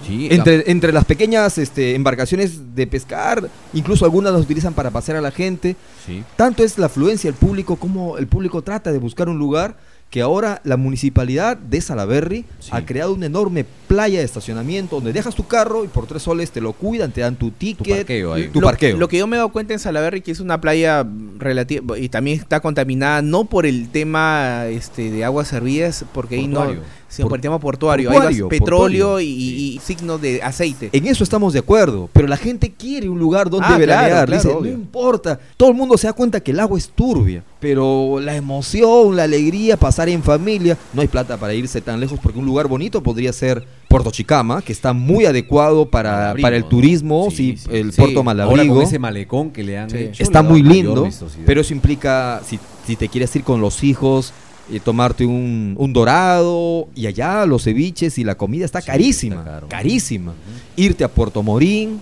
B: Sí, la-
D: entre, entre las pequeñas este, embarcaciones de pescar, incluso algunas las utilizan para pasear a la gente.
B: sí.
D: Tanto es la afluencia del público como el público trata de buscar un lugar que ahora la municipalidad de Salaberry
B: Sí.
D: ha creado una enorme playa de estacionamiento donde dejas tu carro y por tres soles te lo cuidan, te dan tu ticket,
B: parqueo ahí.
D: tu
C: lo,
D: parqueo.
C: lo que yo me he dado cuenta en Salaberry que es una playa relativa y también está contaminada no por el tema este de aguas servidas porque ahí no
B: Portuario.
C: sino por, el tema portuario, ahí
D: portuario,
C: vas petróleo
D: portuario,
C: y, y- y signos de aceite.
D: En eso estamos de acuerdo, pero la gente quiere un lugar donde
C: Ah,
D: veranear.
C: claro, claro,
D: Dice,
C: obvio.
D: no importa. Todo el mundo se da cuenta que el agua es turbia, pero la emoción, la alegría, pasar en familia. No hay plata para irse tan lejos porque un lugar bonito podría ser Puerto Chicama, que está muy adecuado para,
B: Malabrigo,
D: para el
B: ¿no?
D: turismo, sí,
B: Sí, sí.
D: el
C: Sí,
D: puerto
B: Ahora
D: Malabrigo.
B: con ese malecón que le han
C: Sí.
B: hecho,
D: Está
B: le ha dado
D: muy
B: mayor
D: lindo,
B: vistosidad.
D: pero eso implica, si, si te quieres ir con los hijos, eh, tomarte un, un dorado, y allá los ceviches y la comida está
B: Sí,
D: carísima,
B: está caro.
D: carísima. Irte a Puerto Morín,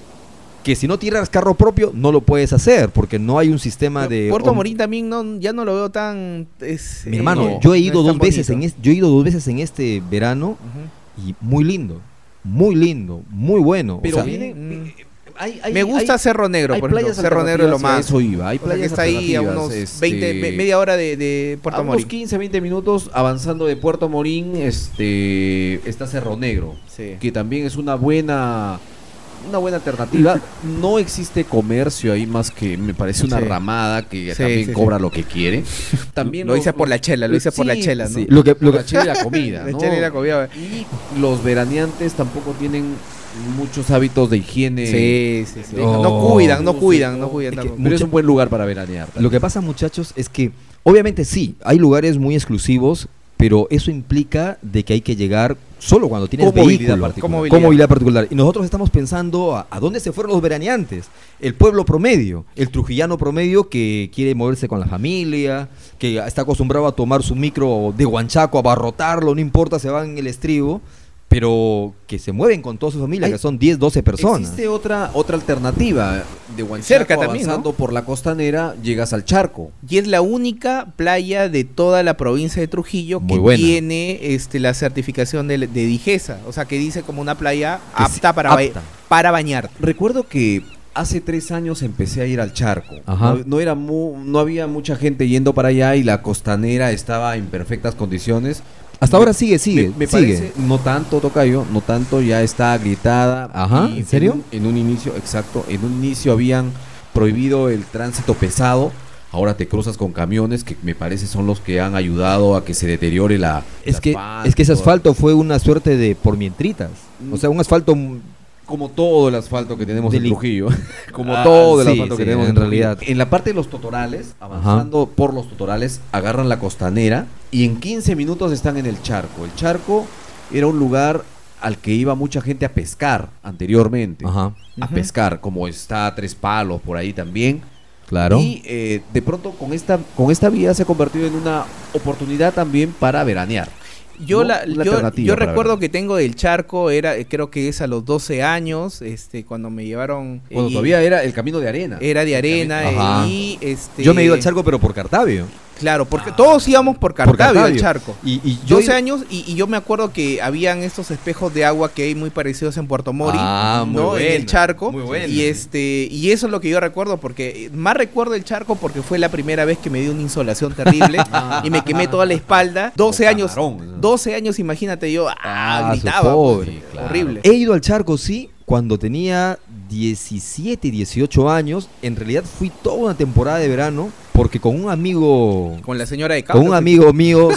D: que si no tienes carro propio, no lo puedes hacer, porque no hay un sistema de...
C: Puerto
D: om-
C: Morín también no ya no lo veo tan es,
D: Mi
C: eh,
D: hermano,
C: no,
D: yo, he
C: no
D: ido
C: es tan
D: dos veces en
C: bonito.
D: es- yo he ido dos veces en este verano
C: Ujú.
D: y muy lindo, muy lindo, muy bueno. o
B: Pero
D: sea,
B: viene-
C: mm.
B: eh, hay- hay-
C: Me gusta
B: hay-
C: Cerro Negro,
B: hay
C: por ejemplo.
B: playas
C: Cerro Negro es lo
B: alternativas a
C: más.
B: Eso iba. Hay
C: O sea, que
B: playas
C: está ahí a
B: alternativas,
C: unos
B: este,
C: 20, me- media hora de, de
B: a
C: Puerto
B: unos
C: Morín.
B: 15, 20 minutos avanzando de Puerto Morín, este está Cerro Negro,
C: Sí.
B: que también es una buena una buena
C: [laughs]
B: alternativa. No existe comercio ahí más que me parece una
C: Sí.
B: ramada que
C: Sí,
B: también
C: sí,
B: cobra lo
C: [laughs]
B: que quiere. También
C: Lo hice por la chela, lo hice por la
B: sí,
C: chela, ¿no?
B: sí,
D: Lo que- lo
B: por
D: que-
B: la chela
C: [laughs]
B: y la comida,
C: La
B: ¿no?
C: chela y la comida. eh.
B: Y los veraneantes tampoco tienen muchos hábitos de higiene.
C: Sí, sí, sí.
D: Oh.
C: No cuidan, no
B: Sí,
C: cuidan,
B: no.
C: no cuidan
D: Es que
C: tampoco.
B: Pero es un buen lugar para veranear.
D: Lo que pasa, muchachos, es que obviamente sí, hay lugares muy exclusivos, pero eso implica de que hay que llegar solo cuando tienes
B: Con movilidad
D: vehículo,
B: particular.
D: con movilidad.
C: Con
D: particular. Y nosotros estamos pensando a, a dónde se fueron los veraneantes, el pueblo promedio, el trujillano promedio que quiere moverse con la familia, que está acostumbrado a tomar su micro de Huanchaco, abarrotarlo, no importa, se van en el estribo, pero que se mueven con toda su familia,
B: Hay-
D: que son 10, 12 personas.
B: Existe otra otra alternativa de Huanchaco
C: Cerca también,
B: avanzando por la costanera llegas al charco.
C: Y es la única playa de toda la provincia de Trujillo
D: Muy
C: que
D: buena.
C: tiene este, la certificación de, de Digesa. O sea, que dice como una playa
D: Que sí,
C: apta para, ba-
D: apta.
C: para bañarte.
B: Recuerdo que hace tres años empecé a ir al charco.
D: Ajá.
B: No, no era mu- no había mucha gente yendo para allá y la costanera estaba en perfectas condiciones.
D: Hasta ahora sigue, sigue,
B: me, me
D: sigue.
B: parece, no tanto, Tocayo, no tanto, ya está gritada.
D: Ajá,
B: Y
D: ¿en serio?
B: un- En un, inicio, exacto, en un inicio habían prohibido el tránsito pesado, ahora te cruzas con camiones que me parece son los que han ayudado a que se deteriore la...
D: Es
B: el
D: que, es que ese
B: todo.
D: asfalto fue una suerte de por mientritas. O sea, un asfalto m-
B: Como todo el asfalto que tenemos en
D: Deli-
B: Trujillo. [laughs] Como
D: Ah,
B: todo el
D: sí,
B: asfalto que
D: sí,
B: tenemos
D: en
B: en Trujillo.
D: realidad.
B: En la parte de los totorales, avanzando por los totorales, agarran la costanera y en 15 minutos están en el charco. El charco era un lugar al que iba mucha gente a pescar anteriormente.
D: Ajá.
B: A
C: Ujú.
B: pescar, como está a Tres Palos por ahí también.
D: Claro.
B: Y eh, de pronto con esta, con esta vía se ha convertido en una oportunidad también para veranear.
C: Yo,
B: ¿no?
C: la,
B: Una
C: yo,
B: alternativa
C: yo
B: para
C: recuerdo
B: veranear.
C: que tengo del charco, era eh, creo que es a los 12 años, este cuando me llevaron...
B: Cuando
C: eh,
B: todavía era el camino de arena.
C: Era de arena eh,
D: Ajá.
C: y este...
D: Yo me he ido al charco, pero por Cartavio.
C: Claro, porque todos íbamos por Cartavio, al
D: Cartavio.
C: charco.
D: Y, y yo.
C: 12 años y, y yo me acuerdo que habían estos espejos de agua que hay muy parecidos en Puerto Mori,
D: Ah, muy
C: ¿no? en el
D: buena,
C: charco.
D: muy buena.
C: Y este y eso es lo que yo recuerdo porque eh, más recuerdo el charco porque fue la primera vez que me dio una insolación
D: [laughs]
C: terrible
D: Ah.
C: y me quemé toda la espalda. 12 años,
B: Camarón, ¿no?
C: 12 años, imagínate yo, ah,
D: Ah, su
C: gritaba, pues,
D: pobre,
B: claro.
C: horrible.
D: He ido al charco, sí, cuando tenía 17, 18 años. En realidad fui toda una temporada de verano, porque con un amigo.
C: Con la señora de
D: Con un
C: Cauca, [laughs]
D: amigo mío,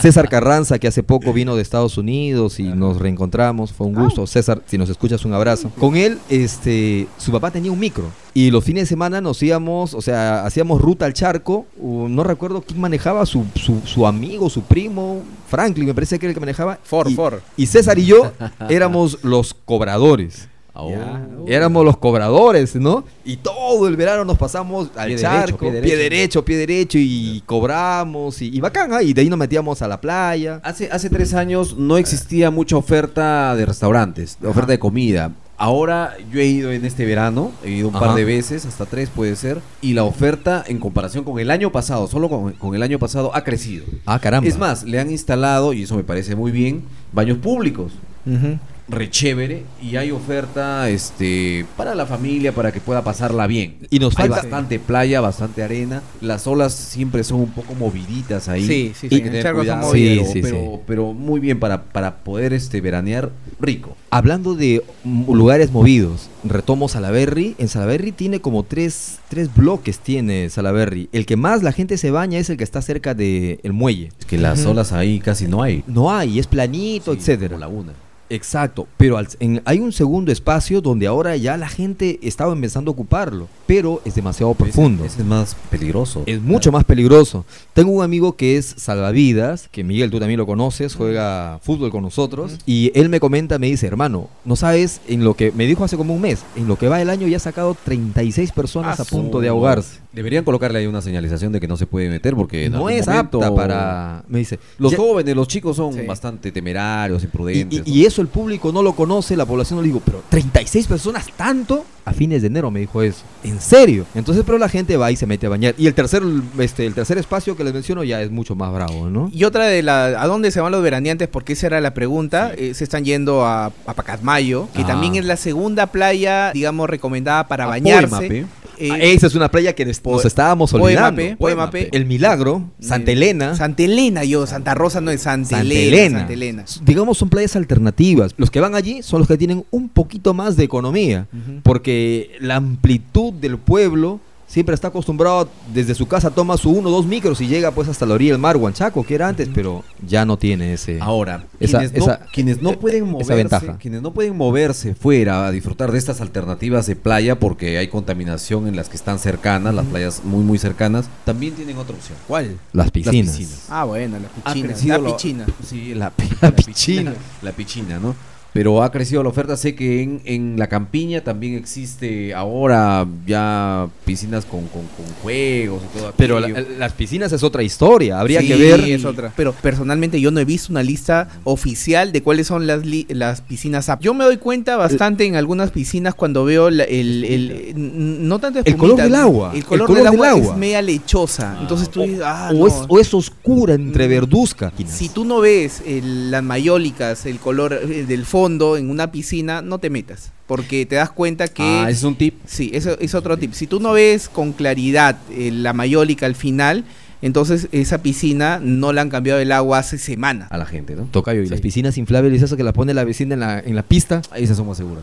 D: César Carranza, que hace poco vino de Estados Unidos y nos reencontramos. Fue un
C: Ah.
D: gusto. César, si nos escuchas, un abrazo. Con él, este, su papá tenía un micro. Y los fines de semana nos íbamos, o sea, hacíamos ruta al charco. Uh, No recuerdo quién manejaba, su, su, su amigo, su primo, Franklin, me parece que era el que manejaba.
C: Ford,
D: y,
C: Ford.
D: Y César y
C: [laughs]
D: yo éramos los cobradores.
B: Oh.
C: Ya. Uh.
D: Éramos los cobradores, ¿no? Y todo el verano nos pasamos al
B: Pie derecho,
D: charco,
B: pie
D: pie
B: derecho.
D: derecho, pie derecho, y cobramos, y, y bacán, ¿ah? y de ahí nos metíamos a la playa.
B: Hace, hace tres años no existía mucha oferta de restaurantes, de oferta de comida. Ahora yo he ido en este verano, he ido un par
D: Ajá.
B: de veces, hasta tres puede ser, y la oferta en comparación con el año pasado, solo con, con el año pasado, ha crecido.
D: Ah, caramba.
B: Es más, le han instalado, y eso me parece muy bien, baños públicos,
C: Ujú.
B: re chévere, y hay oferta este, para la familia, para que pueda pasarla bien.
D: Y nos
B: hay
D: falta-
B: bastante playa, bastante arena, las olas siempre son un poco moviditas ahí.
C: Sí, sí, sí,
B: Hay que
C: en
B: tener
C: Charcos son
B: cuidado,
D: movidas.
B: pero,
D: Sí, sí,
B: pero,
D: sí.
B: pero muy bien para, para poder este veranear rico.
D: Hablando de mm, lugares movidos, retomo Salaberry. En Salaberry tiene como tres, tres bloques, tiene Salaberry. El que más la gente se baña es el que está cerca del muelle.
B: Es que las
C: Ujú.
B: olas ahí casi no hay.
D: No hay, es planito,
B: Sí,
D: etcétera.
B: como laguna.
D: Exacto, pero al- en- hay un segundo espacio donde ahora ya la gente estaba empezando a ocuparlo, pero es demasiado profundo.
B: Ese, ese es más peligroso.
D: Es mucho más peligroso. Tengo un amigo que es salvavidas, que Miguel tú también lo conoces, juega fútbol con nosotros, y él me comenta, me dice, hermano, no sabes, en lo que me dijo hace como un mes, en lo que va el año ya ha sacado 36 personas
C: Ah,
D: a punto de
B: No,
D: ahogarse.
B: Deberían colocarle ahí una señalización de que no se puede meter porque en
D: No
B: algún
D: es
B: momento-
D: apta para... Me dice,
B: Los
D: "Ya-
B: jóvenes, los chicos son
C: Sí.
B: bastante temerarios,
D: y,
B: imprudentes.
D: y- y eso el público no lo conoce, la población no le digo, pero 36 personas tanto a fines de enero me dijo eso. ¿En serio? Entonces, pero la gente va y se mete a bañar. Y el tercer, este, el tercer espacio que les menciono ya es mucho más bravo, ¿no?
C: Y otra de la, ¿a dónde se van los veraneantes? Porque esa era la pregunta. Eh, se están yendo a, a Pacasmayo, que
D: Ah.
C: también es la segunda playa, digamos, recomendada para
B: A
C: bañarse.
B: Poimape.
C: Eh,
D: Ah, Esa es una playa que des-
C: Poe-
D: nos estábamos olvidando.
C: Poemape, Poemape.
D: El Milagro, Santa
C: eh,
D: Elena.
C: Santa Elena, yo, Santa Rosa no es Santa,
D: Santa
C: Elena,
D: Elena.
C: Santa Elena.
D: S- Digamos, son playas alternativas. Los que van allí son los que tienen un poquito más de economía, porque la amplitud del pueblo siempre está acostumbrado, desde su casa toma su uno o dos micros y llega pues hasta la orilla del mar, Huanchaco, que era antes, pero ya no tiene ese...
B: Ahora,
D: Esa-
B: quienes,
D: esa-
B: no, quienes no
D: eh,
B: pueden
D: esa
B: moverse,
D: ventaja.
B: quienes no pueden moverse fuera a disfrutar de estas alternativas de playa porque hay contaminación en las que están cercanas, las playas muy muy cercanas, también tienen otra opción.
C: ¿Cuál?
D: las piscinas.
B: piscinas.
C: Ah, bueno, la
B: Ha
C: pichina.
B: crecido
C: La
B: lo-
C: pichina.
B: Sí,
D: [laughs]
B: la, pi- la pichina. La pichina, ¿no? Pero ha crecido la oferta. Sé que en, en la campiña también existe ahora ya piscinas con, con, con juegos y todo
D: Pero la- eh,
B: aquello.
D: las piscinas es otra historia, habría
C: Sí,
D: que ver...
C: es otra. Pero personalmente yo no he visto una lista oficial de cuáles son las, li- las piscinas aptas. Yo me doy cuenta bastante en algunas piscinas cuando veo la- el, el- n- no tanto
D: El
C: espumita,
D: color del agua,
C: El color, del, agua es media lechosa.
B: Ah,
C: Entonces tú
B: o-
C: dices, ah,
D: o,
C: no. Mm.
D: es, o es oscura entre verduzca.
C: si tú no ves el- las mayólicas, el color eh, del fondo en una piscina, no te metas. Porque te das cuenta que
B: Ah, ese es un tip.
C: Sí, eso es otro tip. Si tú no ves con claridad eh, la mayólica al final, Entonces, esa piscina no la han cambiado el agua hace
B: [laughs]
C: semana.
B: a la gente, ¿no?
D: Tocayo, y
B: Sí.
D: las piscinas inflables, esas que la pone la vecina en la, en la pista.
B: Ahí se asoma seguro.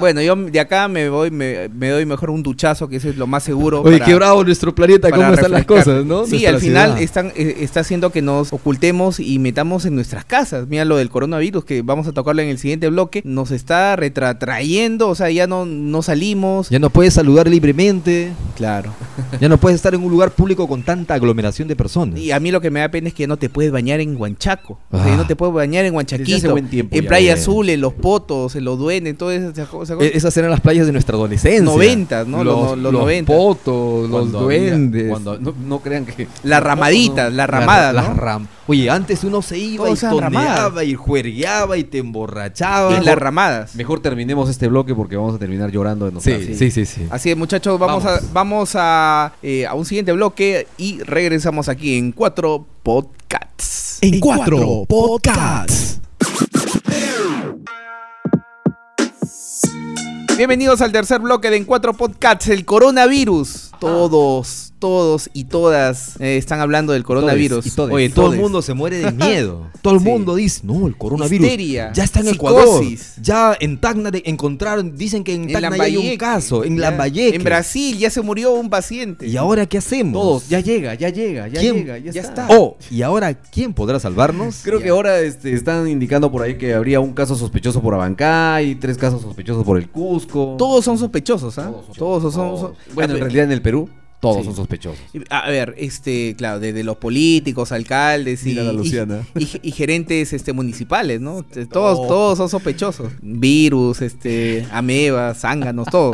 C: Bueno, yo de acá me voy, me, me doy mejor un duchazo, que eso es lo más seguro.
D: Oye,
C: para-
D: qué bravo nuestro planeta,
C: para
D: cómo están las
C: refrescar.
D: cosas, ¿no?
C: Sí,
D: Nuestra
C: al final
D: ciudad.
C: están, eh, está haciendo que nos ocultemos y metamos en nuestras casas. Mira lo del coronavirus, que vamos a tocarlo en el siguiente bloque. Nos está retrayendo, o sea, ya no, no salimos.
D: Ya no puedes saludar libremente,
C: Claro.
D: ya no puedes estar en un lugar público con tanta aglomeración de personas.
C: Y a mí lo que me da pena es que ya no te puedes bañar en Huanchaco. O
D: Ah.
C: sea, ya no te puedes bañar en
B: Desde hace
C: Huanchaquito.
B: buen tiempo
C: En
B: ya.
C: Playa
B: Eh.
C: Azul, en Los Potos, en Los Duendes, todas esas cosas.
D: E- Esas eran las playas de nuestra adolescencia.
C: Noventas, ¿no? Los-
D: Los,
C: los
D: los
C: noventas.
D: potos, los
B: Cuando había-
D: duendes.
B: cuando- no, no crean que.
C: Las ramaditas, las ramadas,
D: Las
C: ¿no?
D: ram- Oye, antes uno se iba
C: Todos
D: y
C: eran ramadas.
D: toneaba y juergueaba y te emborrachaba.
C: Y las ramadas.
B: Mejor terminemos este bloque porque vamos a terminar llorando de nosotros.
D: Sí, sí, sí, sí.
C: Así es, muchachos, vamos, a, vamos a, eh, a un siguiente bloque y regresamos aquí en cuatro podcasts.
A: En cuatro podcasts.
C: Bienvenidos al tercer bloque de En Cuatro Podcasts, el coronavirus.
D: Ah.
C: Todos, todos y todas eh, están hablando del coronavirus.
B: y todes.
D: Oye, todo el
C: Todes.
D: mundo se muere
C: [laughs]
D: de miedo. todo el
C: Sí.
D: mundo dice, no, el coronavirus.
C: Histeria,
D: ya está en
C: psicosis.
D: Ecuador. Ya en Tacna de- encontraron, dicen que en
C: En
D: Tacna ya hay un
C: Lambayeque,
D: caso. En
C: ya.
D: Lambayeque.
C: En Brasil ya se murió un paciente.
D: ¿Y ahora qué hacemos?
B: Todos, ya llega, ya llega, ya
D: ¿Quién?
B: llega, ya,
C: Ya
B: está.
C: está.
D: Oh, ¿y ahora quién podrá salvarnos?
B: Creo que ahora este, están indicando por ahí que habría un caso sospechoso por Abancay, tres casos sospechosos por el Cusco.
C: Todos son sospechosos, ¿ah?
B: Todos son-
C: Todos son...
B: todos.
C: son-
B: Bueno,
C: Ah,
B: en realidad en el Perú, todos
C: Sí.
B: son sospechosos.
C: A ver, este, claro, desde los políticos, alcaldes y,
B: Mira la
C: y-
B: Luciana.
C: y, y gerentes este, municipales, ¿no? Este, Todos,
B: No.
C: todos son sospechosos. Virus, este, amebas, zánganos, todo.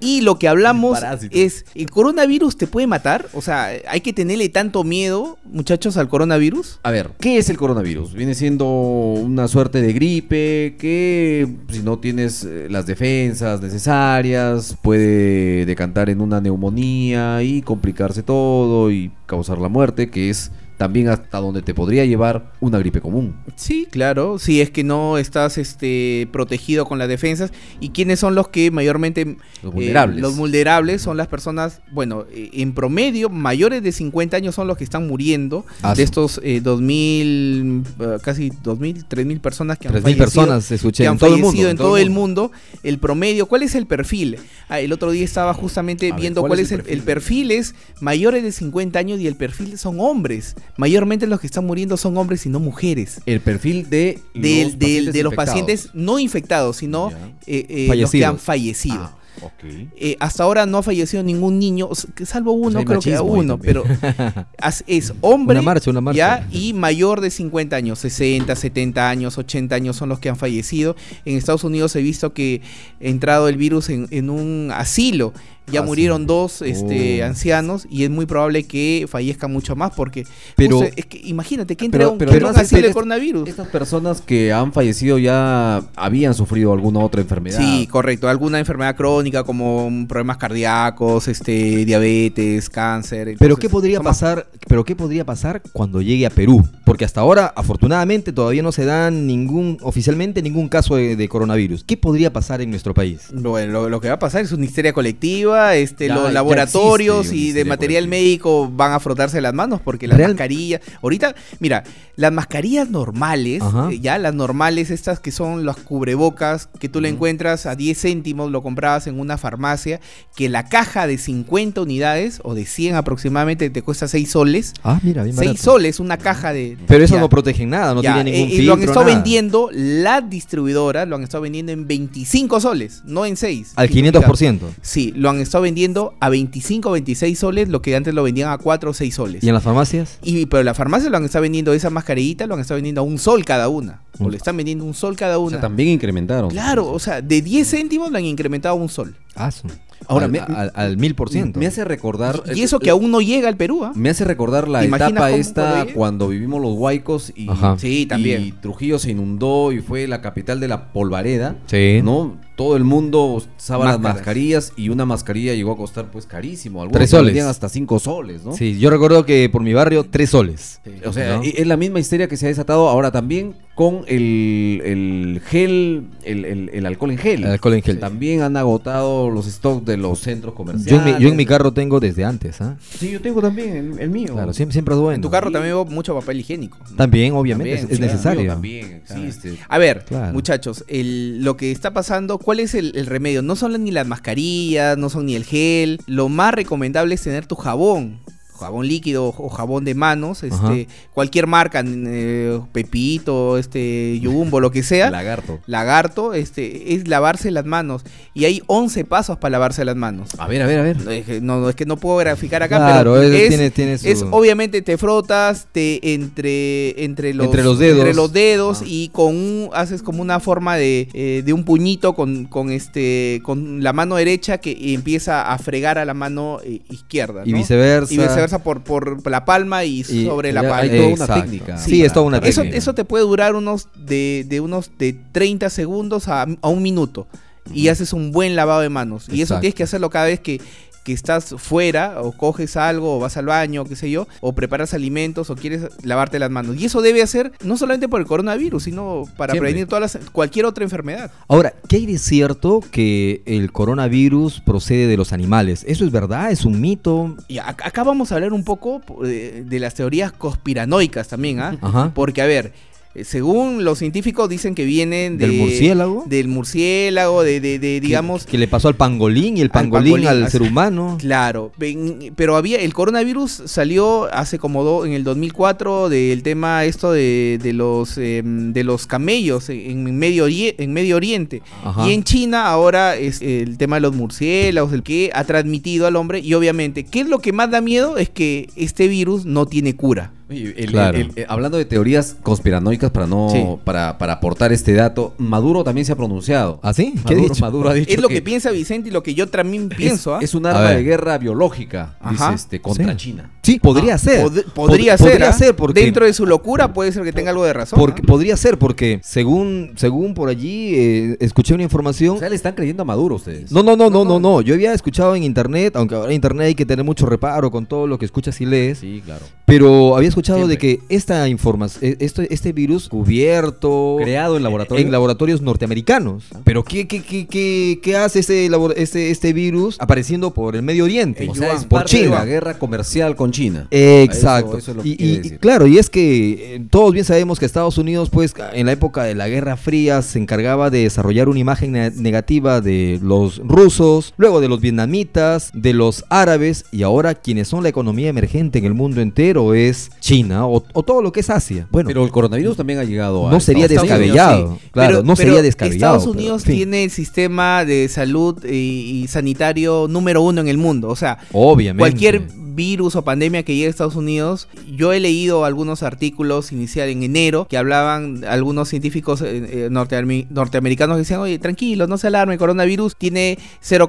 C: Y lo que hablamos
B: Parásitos.
C: es, ¿el coronavirus te puede matar? O sea, ¿hay que tenerle tanto miedo, muchachos, al coronavirus?
B: A ver, ¿qué es el coronavirus? Viene siendo una suerte de gripe que si no tienes eh, las defensas necesarias puede decantar en una neumonía y complicarse todo y causar la muerte, que es también hasta donde te podría llevar una gripe común.
C: Sí, claro, si es que no estás este, protegido con las defensas. ¿Y quiénes son los que mayormente
B: Los
C: Eh,
B: vulnerables.
C: los vulnerables son las personas, bueno, eh, en promedio, mayores de 50 años son los que están muriendo.
D: Ah,
C: de
D: sí.
C: estos eh, 2.000, eh, casi 2.000, 3.000 personas que han
D: 3.000
C: fallecido.
D: personas, escuché,
C: que han
D: en todo el
C: fallecido
D: mundo.
C: en todo el mundo. El promedio, ¿cuál es el perfil? Ah, el otro día estaba justamente
B: ver,
C: viendo
B: ¿cuál
C: cuál, es
B: es el
C: el, el perfil. Es mayores de 50 años y el perfil son hombres. Mayormente los que están muriendo son hombres y no mujeres.
B: El perfil de los
C: Del- del-
B: pacientes
C: de los
B: infectados.
C: pacientes no infectados, sino
B: Ya.
C: eh, eh, los que
D: Fallecidos.
C: han fallecido.
B: Ah, ok.
C: Eh, hasta ahora no ha fallecido ningún niño, s- que salvo uno,
B: Pues hay
C: creo que
B: machismo ahí
C: uno,
B: también.
C: pero
B: [laughs]
D: [laughs]
C: as- es hombre
D: Una marcha, una marcha.
C: ya y mayor de 50 años, 60, 70 años, 80 años son los que han fallecido. En Estados Unidos he visto que ha entrado el virus en, en un asilo. Ya
D: Ah, sí.
C: murieron dos este,
D: Oh.
C: ancianos y es muy probable que fallezcan mucho más porque
D: Pero-
C: justo es que imagínate que entra
B: Ah, pero-
C: un,
B: pero
C: entra un
B: además,
C: asilo de
B: este-
C: coronavirus.
B: Estas personas que han fallecido ya habían sufrido alguna otra enfermedad.
C: Sí, correcto. Alguna enfermedad crónica como mm, problemas cardíacos, este, diabetes, cáncer.
D: Pero
C: entonces,
D: qué podría
C: son más-
D: pasar, pero qué podría pasar cuando llegue a Perú, porque hasta ahora, afortunadamente, todavía no se da ningún, oficialmente ningún caso de, de coronavirus. ¿Qué podría pasar en nuestro país?
C: Bueno, lo, lo que va a pasar es una histeria colectiva, este,
B: Ya-
C: los
B: ya
C: laboratorios
B: existe una
C: y de
B: histeria
C: material
B: colectiva.
C: médico van a frotarse las manos porque las
D: Real-
C: mascarillas, ahorita, mira, las mascarillas normales,
D: Ajá.
C: eh, ya las normales, estas que son las cubrebocas, que tú le encuentras a 10 céntimos, lo comprabas en una farmacia, que la caja de 50 unidades o de 100 aproximadamente te cuesta 6 soles.
D: Ah, mira, bien
C: 6 soles, una caja de...
D: Pero eso
C: ya.
D: no protegen nada, no
C: Ya,
D: tiene ningún
C: eh, y
D: filtro,
C: lo han estado
D: nada.
C: vendiendo las distribuidoras, lo han estado vendiendo en 25 soles, no en 6.
D: al 500%.
C: Sí, lo han estado vendiendo a 25, 26 soles, lo que antes lo vendían a 4 o 6 soles.
D: ¿Y en las farmacias?
C: Y pero la farmacia lo han estado vendiendo esa mascarillita, lo han estado vendiendo a un sol cada una.
D: Mm.
C: O le están vendiendo un sol cada
B: O
C: una.
B: sea, también incrementaron.
C: claro, o sea, de 10 céntimos lo han incrementado a un sol.
D: Ah, su-
B: Ahora,
D: al,
B: me-
D: al- al 1000%.
B: Me hace recordar.
C: Y eso que aún no llega al Perú, ¿ah?
B: Me hace recordar la
C: ¿Te imaginas
B: etapa
C: cómo cuando
B: esta
C: llegue?
B: cuando vivimos los huaicos y,
D: Ajá.
C: Sí, también.
B: y Trujillo se inundó y fue la capital de la polvareda.
D: Sí.
B: ¿No? Todo el mundo usaba las
C: Máscaras.
B: mascarillas y una mascarilla llegó a costar pues carísimo. Algunos
D: Tres
B: la
D: soles.
B: vendían hasta cinco soles, ¿no?
D: Sí, yo recuerdo que por mi barrio, 3 soles.
B: O sea,
D: ¿no?
B: e- es la misma histeria que se ha desatado ahora también con el, el gel, el, el- el alcohol en gel.
D: El alcohol en gel.
B: También han agotado los stocks de los centros comerciales.
D: Yo en, mi, yo en mi carro tengo desde antes, ¿ah?
B: Sí, yo tengo también el, el mío.
D: Claro, siempre, siempre es bueno.
C: En tu carro también veo mucho papel higiénico.
D: También, obviamente,
C: También,
D: es, es
C: claro.
D: necesario.
B: Mío También este, existe.
C: A ver,
D: Claro.
C: muchachos, el- lo que está pasando, ¿cuál es el, el remedio? No son ni las mascarillas, no son ni el gel. Lo más recomendable es tener tu jabón. Jabón líquido o jabón de manos,
D: Ajá.
C: este, cualquier marca, eh, Pepito, este, Jumbo, lo que
D: [laughs]
C: sea.
B: Lagarto.
C: Lagarto, este, es lavarse las manos. Y hay 11 pasos para lavarse las manos.
B: A ver, a ver, a ver.
C: No es, que- no, no, es que no puedo graficar acá,
D: Claro,
C: pero
D: es-
C: es,
D: tiene- tiene su-
C: es obviamente te frotas, te entre entre los,
D: Entre los dedos.
C: entre los dedos
B: Ah.
C: y con un, haces como una forma de, eh, de un puñito con, con este con la mano derecha que empieza a fregar a la mano eh, izquierda,
D: Y
C: ¿no?
D: viceversa.
C: Y viceversa por, por la palma y,
D: Y-
C: sobre
D: eh,
C: la palma.
B: Hay toda una
D: Exacto.
B: técnica.
D: Sí, es toda una
C: Eso,
D: técnica.
C: eso te puede durar unos de, de unos de 30 segundos a, a un minuto. Y haces un buen lavado de manos. Y eso
D: Exacto.
C: tienes que hacerlo cada vez que, que estás fuera, o coges algo, o vas al baño, qué sé yo, o preparas alimentos, o quieres lavarte las manos. Y eso debe hacer no solamente por el coronavirus, sino para
B: Siempre.
C: prevenir todas las, cualquier otra enfermedad.
D: Ahora, ¿qué hay de cierto que el coronavirus procede de los animales? ¿Eso es verdad? ¿Es un mito?
C: Y ac- acá vamos a hablar un poco eh, de las teorías conspiranoicas también, ¿ah?
D: Ajá.
C: Porque, a ver, eh, según los científicos dicen que vienen de-
D: ¿Del murciélago?
C: Del murciélago, de, de- de,
D: Que-
C: digamos...
D: Que, le pasó al pangolín y el
C: al
D: pangolín
C: pangolín,
D: al,
C: así.
D: ser humano.
C: Claro, ven- pero había el coronavirus salió hace como do- en el 2004 del tema esto de, de los em, de los camellos en, en medio Orie- en Medio Oriente
D: Ajá.
C: y en China ahora es el tema de los murciélagos el que ha transmitido al hombre y obviamente qué es lo que más da miedo es que este virus no tiene cura.
B: Oye, el-
D: Claro.
B: el- el- hablando de teorías conspiranoicas para no
C: Sí.
B: para, para aportar este dato, Maduro también se ha pronunciado.
D: ¿Ah, sí? ¿Qué ha
B: Maduro,
D: dicho?
B: Maduro ha dicho
C: Es lo que, piensa Vicente y lo que yo también
B: es-
C: pienso. ¿ah?
B: es un
D: A
B: arma
D: ver.
B: de guerra biológica, dice
C: Ajá.
B: este, contra
D: Sí.
B: China.
D: Sí, podría ser.
C: Ah, Pod-
D: Pod-
C: podría ser.
D: Podría
C: ¿ah?
D: ser porque...
C: Dentro de su locura puede ser que tenga algo de razón.
D: porque-
C: ¿ah?
D: podría ser porque, según, según por allí, eh, escuché una información...
B: O sea, le están creyendo a Maduro ustedes.
D: No, no, no, no, no, no. Yo había escuchado en internet, aunque ahora en internet hay que tener mucho reparo con todo lo que escuchas y lees.
B: Sí, claro.
D: Pero había escuchado de que esta información, este, este virus cubierto
B: Creado en laboratorio.
D: en laboratorios norteamericanos. Pero ¿qué, qué, qué, qué, qué hace ese, labor- este, este virus apareciendo por el Medio Oriente?
C: En
B: o sea,
C: Yuan,
B: es
D: por
B: Eh, parte de
D: China.
B: la guerra comercial con China.
D: Eh, Exacto.
B: Eso- eso es lo que
D: y,
B: quiere
D: y-
B: decir.
D: y claro, y es que eh, todos bien sabemos que Estados Unidos, pues, en la época de la Guerra Fría, se encargaba de desarrollar una imagen ne- negativa de los rusos, luego de los vietnamitas, de los árabes, y ahora quienes son la economía emergente en el mundo entero es China o, o todo lo que es Asia. Bueno,
B: Pero el coronavirus también ha llegado a.
D: No sería
B: Estados
C: Estados
B: Unidos.
D: descabellado.
C: Unidos, sí.
D: Claro, no sería descabellado,
C: Estados
D: pero,
C: Unidos
D: en fin.
C: tiene el sistema de salud y, y sanitario número uno en el mundo. O sea,
D: obviamente.
C: cualquier virus o pandemia que llegue a Estados Unidos, yo he leído algunos artículos inicial en enero que hablaban algunos científicos eh, eh, norteami- norteamericanos que decían, oye, tranquilo, no se alarme, el coronavirus tiene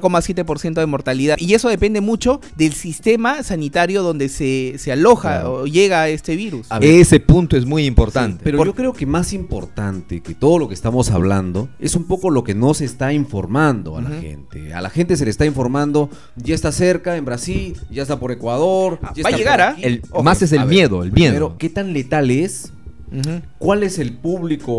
C: 0,7% de mortalidad. Y eso depende mucho del sistema sanitario donde se, se aloja
D: Claro.
C: o llega este virus.
B: A ver,
D: Ese punto es muy importante.
B: Pero
C: Por-
B: yo creo que más importante que todo lo que estamos hablando es un poco lo que no se está informando a la
C: Ujú.
B: gente. A la gente se le está informando, ya está cerca en Brasil, ya está por Ecuador.
C: Ah,
B: ya
C: va a
B: está
C: llegar,
B: por
C: ¿ah?
B: aquí.
D: El-
B: Ojo,
D: más es el
B: a
D: miedo, el miedo.
B: Primero, ¿qué tan letal es?
C: Ujú.
B: ¿Cuál es el público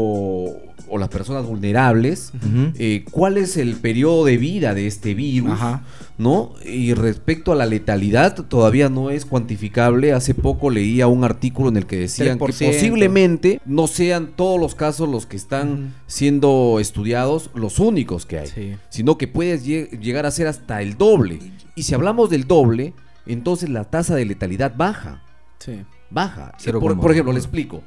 B: o las personas vulnerables?
D: Ujú.
B: Eh, ¿Cuál es el periodo de vida de este virus?
C: Ajá.
B: ¿No? Y respecto a la letalidad, todavía no es cuantificable. Hace poco leía un artículo en el que decían que
C: 3%.
B: posiblemente no sean todos los casos los que están
C: Ujú.
B: siendo estudiados los únicos que hay,
C: Sí.
B: sino que puedes lle- llegar a ser hasta el doble. Y si hablamos del doble, entonces la tasa de letalidad baja.
C: Sí.
B: Baja.
D: Cero
B: por,
D: coma
B: por ejemplo,
D: uno.
B: le explico.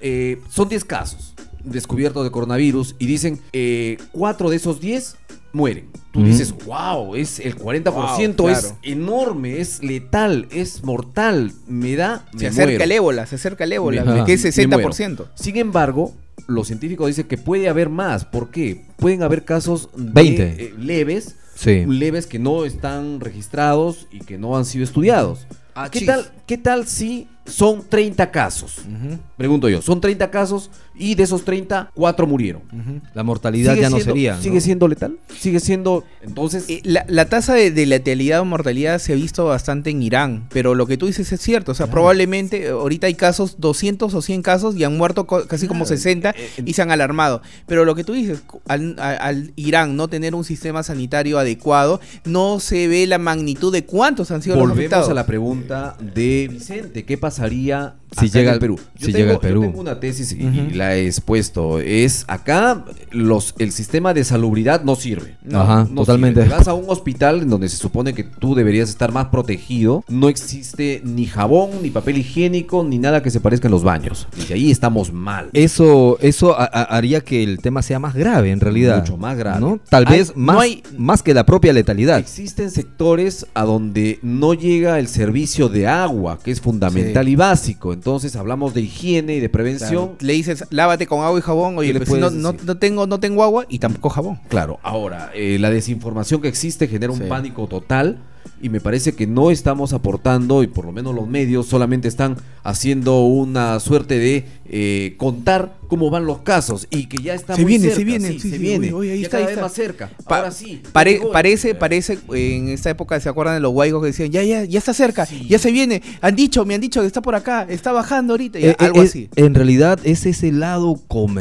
B: Eh, son 10 casos descubiertos de coronavirus y dicen eh, 4 de esos 10 mueren. Tú
D: Ujú.
B: dices, wow, es el 40%
C: Wow,
B: es
C: claro.
B: enorme, es letal, es mortal. Me da.
C: Se
B: me
C: acerca
B: muero".
C: el ébola, se acerca el ébola,
D: Ajá.
C: que es
B: [laughs] Me muero.
C: 60%.
B: Sin embargo, los científicos dicen que puede haber más. ¿Por qué? Pueden haber casos de,
D: 20.
B: eh, leves,
D: Sí.
B: leves que no están registrados y que no han sido estudiados.
D: Ah,
B: ¿Qué
D: chis.
B: tal, ¿Qué tal si Son 30 casos.
D: Ujú,
B: Pregunto yo, son 30 casos y de esos 30, 4 murieron.
D: ujú. La mortalidad
B: ¿Sigue
D: ya no
B: siendo-
D: sería. ¿no?
B: ¿Sigue siendo letal? ¿Sigue siendo...? Entonces...
C: Eh, La, la tasa de, de letalidad o mortalidad se ha visto bastante en Irán, pero lo que tú dices es cierto. O sea, probablemente eh, ahorita hay casos, 200 o 100 casos, y han muerto co- casi como 60
B: eh,
C: y se han alarmado. Pero lo que tú dices, cu- al, a- al Irán no tener un sistema sanitario adecuado, no se ve la magnitud de cuántos han sido los
B: Volvemos
C: afectados.
B: a la pregunta de Vicente, ¿qué pasaría
D: Si
B: acá
D: llega
B: en
D: al-
B: el Perú?
D: si llega al
B: yo
D: Perú.
B: tengo una tesis y, y
D: Ujú.
B: la he expuesto, es acá los el sistema de salubridad no sirve.
D: No, Ajá,
B: No
D: totalmente.
B: sirve. Te Vas a un hospital en donde se supone que tú deberías estar más protegido, no existe ni jabón, ni papel higiénico, ni nada que se parezca en los baños. Y ahí estamos mal.
D: Eh, Eso, eso ha- ha- haría que el tema sea más grave en realidad.
B: Mucho más grave.
D: ¿no? Tal
B: Hay-
D: vez
B: no
D: más,
B: hay-
D: más que la propia letalidad.
B: Existen sectores a donde no llega el servicio de agua, que es fundamental
C: Sí.
B: y básico. Entonces hablamos de higiene y de prevención.
C: Claro. Le dices, lávate con agua y jabón, oye,
B: le
C: pues si no,
B: puedes
C: no-
B: decir?
C: no tengo, no tengo agua y tampoco jabón.
B: Claro, ahora, eh, la desinformación que existe genera un
C: Sí.
B: pánico total y me parece que no estamos aportando, y por lo menos los medios solamente están haciendo una suerte de eh, contar cómo van los casos y que ya está
C: Se
B: muy
C: viene,
B: cerca,
C: se viene,
B: sí,
C: sí,
B: se
C: sí,
B: viene,
C: oye, oye, ahí
B: ya
C: está,
B: cada
C: ahí
B: vez
C: está.
B: más cerca,
C: Pa-
B: ahora sí. ya
C: pare-
B: llegó.
C: parece, parece, eh, en esta época se acuerdan de los guaigos que decían, ya, ya, ya está cerca,
B: Sí.
C: ya se viene, han dicho, me han dicho que está por acá, está bajando ahorita, ya,
D: Eh, eh,
C: algo
D: eh,
C: así.
D: En realidad es ese lado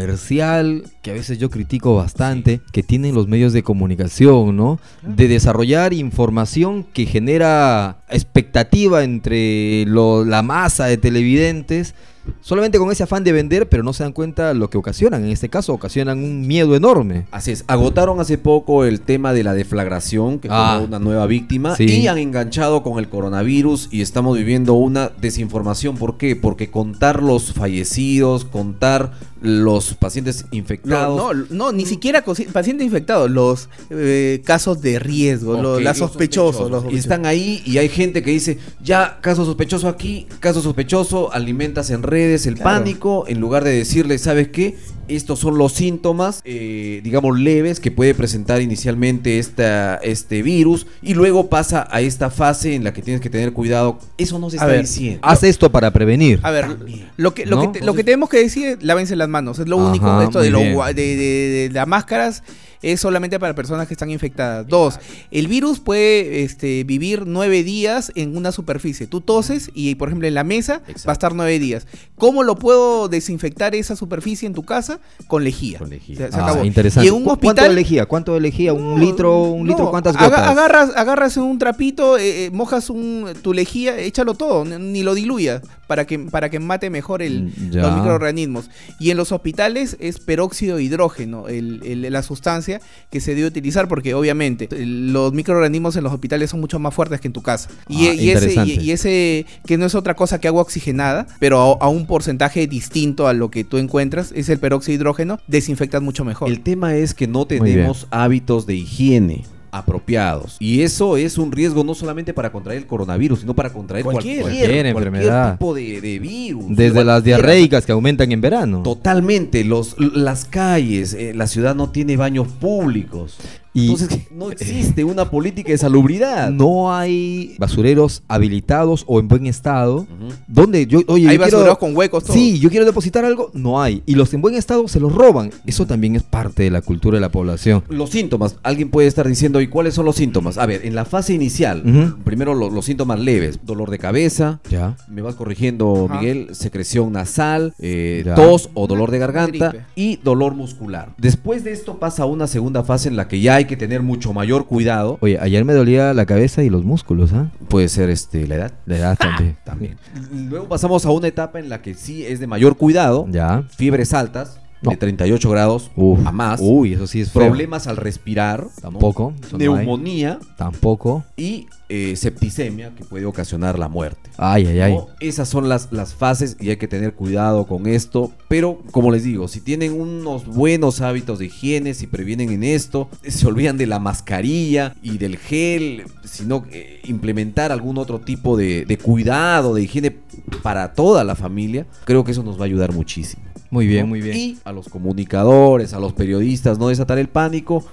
D: comercial que a veces yo critico bastante, que tienen los medios de comunicación, ¿no? De desarrollar información que genera expectativa entre lo- la masa de televidentes, solamente con ese afán de vender, pero no se dan cuenta lo que ocasionan. En este caso, ocasionan un miedo enorme.
B: Así es, agotaron hace poco el tema de la deflagración, que
D: Ah.
B: fue una nueva víctima,
D: Sí.
B: y han enganchado con el coronavirus y estamos viviendo una desinformación. ¿Por qué? Porque contar los fallecidos, contar los pacientes infectados.
C: No, no, no, ni siquiera cosi- pacientes infectados, los eh, casos de riesgo, los,
B: Ok,
C: las sospechosos. los
B: Y
C: sospechosos.
B: están ahí y hay gente que dice, ya, caso sospechoso aquí, caso sospechoso, alimentas en redes el
C: Claro.
B: pánico, en lugar de decirle, ¿sabes qué? Estos son los síntomas, eh, digamos, leves que puede presentar inicialmente esta, este virus y luego pasa a esta fase en la que tienes que tener cuidado. Eso no se
C: A
B: está
C: ver,
B: diciendo.
D: Haz esto para prevenir.
C: A ver, lo que, lo,
D: ¿No?
C: que te- lo que tenemos que decir es lávense las manos. Es lo
D: Ajá,
C: único. Esto de,
D: muy
C: lo
D: bien.
C: gua- de, de- de las máscaras es solamente para personas que están infectadas. Dos, el virus puede este, vivir nueve días en una superficie. Tú toses y, por ejemplo, en la mesa
B: Exacto.
C: va a estar nueve días. ¿Cómo lo puedo desinfectar esa superficie en tu casa? Con lejía.
B: Con lejía.
C: Se- se
D: Ah,
C: acabó.
D: interesante.
C: Y en un
D: ¿Cu- ¿Cuánto
C: hospital
D: elegía? ¿Cuánto elegía? ¿Un
C: no,
D: litro? ¿Un
C: no,
D: litro? ¿Cuántas
C: aga-
D: gotas?
C: agarras, agarras un trapito, eh, eh, mojas un, tu lejía, échalo todo, n- ni lo diluyas, para que, para que mate mejor el,
D: Mm, ya.
C: los microorganismos. Y en los hospitales es peróxido de hidrógeno, el- el- la sustancia que se debe utilizar, porque obviamente el- los microorganismos en los hospitales son mucho más fuertes que en tu casa. Y, e,
D: Ah,
C: y ese, y,
D: interesante.
C: y ese, que no es otra cosa que agua oxigenada, pero a, a un porcentaje distinto a lo que tú encuentras, es el peróxido de hidrógeno, desinfectas mucho mejor.
B: El tema es que no
D: bien.
B: tenemos hábitos de higiene apropiados. Y eso es un riesgo no solamente para contraer el coronavirus, sino para contraer
C: Cualquier-
B: cualquier,
D: Cualquier enfermedad.
B: tipo de, de virus.
D: Desde las
B: Cualquiera.
D: diarreicas que aumentan en verano.
B: Totalmente, los, las calles, eh, la ciudad no tiene baños públicos.
D: Y-
B: Entonces
D: [laughs]
B: no existe una política de salubridad.
D: No hay basureros habilitados o en buen estado.
B: Ujú.
D: Donde yo, oye,
C: Hay
D: yo quiero-
C: basureros con huecos, todo.
D: Sí, yo quiero depositar algo, no hay. Y los en buen estado se los roban. Eso también es parte de la cultura de la población.
B: Los síntomas, alguien puede estar diciendo, ¿y cuáles son los síntomas? A ver, en la fase inicial,
D: Ujú.
B: primero lo- los síntomas leves, dolor de cabeza,
D: Ya.
B: Me vas corrigiendo,
C: Ajá.
B: Miguel. Secreción nasal, eh,
D: Ya.
B: tos o dolor de garganta
C: Gripe.
B: y dolor muscular. Después de esto pasa a una segunda fase en la que ya hay que tener mucho mayor cuidado.
D: Oye, ayer me dolía la cabeza y los músculos, ¿ah?
B: Puede ser este, la edad
D: La edad también.
B: también. Luego pasamos a una etapa en la que sí es de mayor cuidado.
D: Ya.
B: Fiebres altas
D: No.
B: de 38 grados
D: Uf.
B: a más.
D: Uy, eso sí es feo.
B: problemas al respirar. ¿no?
D: Tampoco. eso no hay.
B: Neumonía
D: Tampoco.
B: y eh, septicemia que puede ocasionar la muerte.
D: Ay, ay, ay.
B: ¿no? Esas son las, las fases y hay que tener cuidado con esto. Pero, como les digo, si tienen unos buenos hábitos de higiene, si previenen en esto, se olvidan de la mascarilla y del gel, sino eh, implementar algún otro tipo de, de cuidado, de higiene para toda la familia, creo que eso nos va a ayudar muchísimo.
D: Muy
B: ¿no?
D: bien, muy bien.
B: Y a los comunicadores, a los periodistas, no desatar el pánico.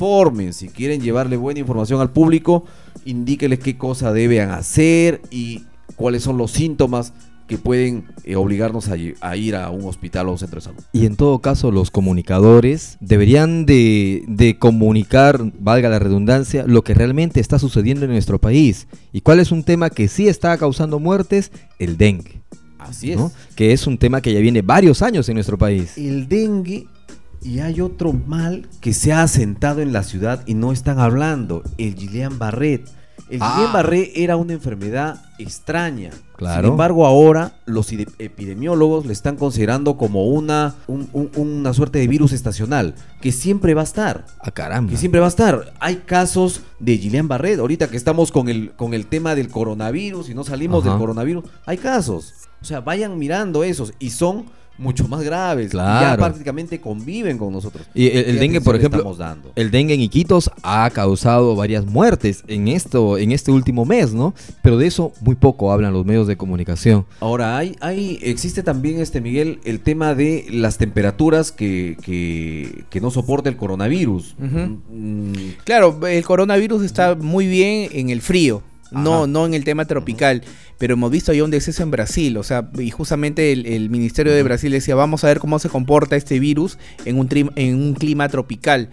B: Informen si quieren llevarle buena información al público, indíquenles qué cosa deben hacer y cuáles son los síntomas que pueden eh, obligarnos a, lle- a ir a un hospital o un centro de salud.
D: Y en todo caso, los comunicadores deberían de, de comunicar, valga la redundancia, lo que realmente está sucediendo en nuestro país. ¿Y cuál es un tema que sí está causando muertes? El dengue.
B: Así es.
D: ¿no? Que es un tema que ya viene varios años en nuestro país.
B: El dengue y hay otro mal que se ha asentado en la ciudad y no están hablando, el Guillain-Barré. El
D: Ah.
B: Guillain-Barré era una enfermedad extraña.
D: Claro.
B: Sin embargo, ahora los ide- epidemiólogos le están considerando como una, un- un- una suerte de virus estacional que siempre va a estar.
D: Ah, caramba.
B: Que siempre va a estar. Hay casos de Gillian Barret. Ahorita que estamos con el, con el tema del coronavirus y no salimos
D: Ajá.
B: del coronavirus, hay casos. O sea, vayan mirando esos y son mucho más graves. Ya
D: Claro.
B: prácticamente conviven con nosotros.
D: Y el- el
B: ¿Qué
D: dengue, por
B: atención le
D: ejemplo,
B: estamos dando?
D: El dengue en Iquitos ha causado varias muertes en, esto, en este último mes, ¿no? Pero de eso muy poco hablan los medios de comunicación.
B: Ahora, hay, hay, existe también, este Miguel, el tema de las temperaturas que, que, que no soporta el coronavirus.
C: Ujú.
B: Mm, mm,
C: Claro, el coronavirus está muy bien en el frío. No,
B: Ajá.
C: no en el tema tropical, pero hemos visto ya un deceso en Brasil, o sea, y justamente el, el Ministerio de Brasil decía, vamos a ver cómo se comporta este virus en un, trim- en un clima tropical.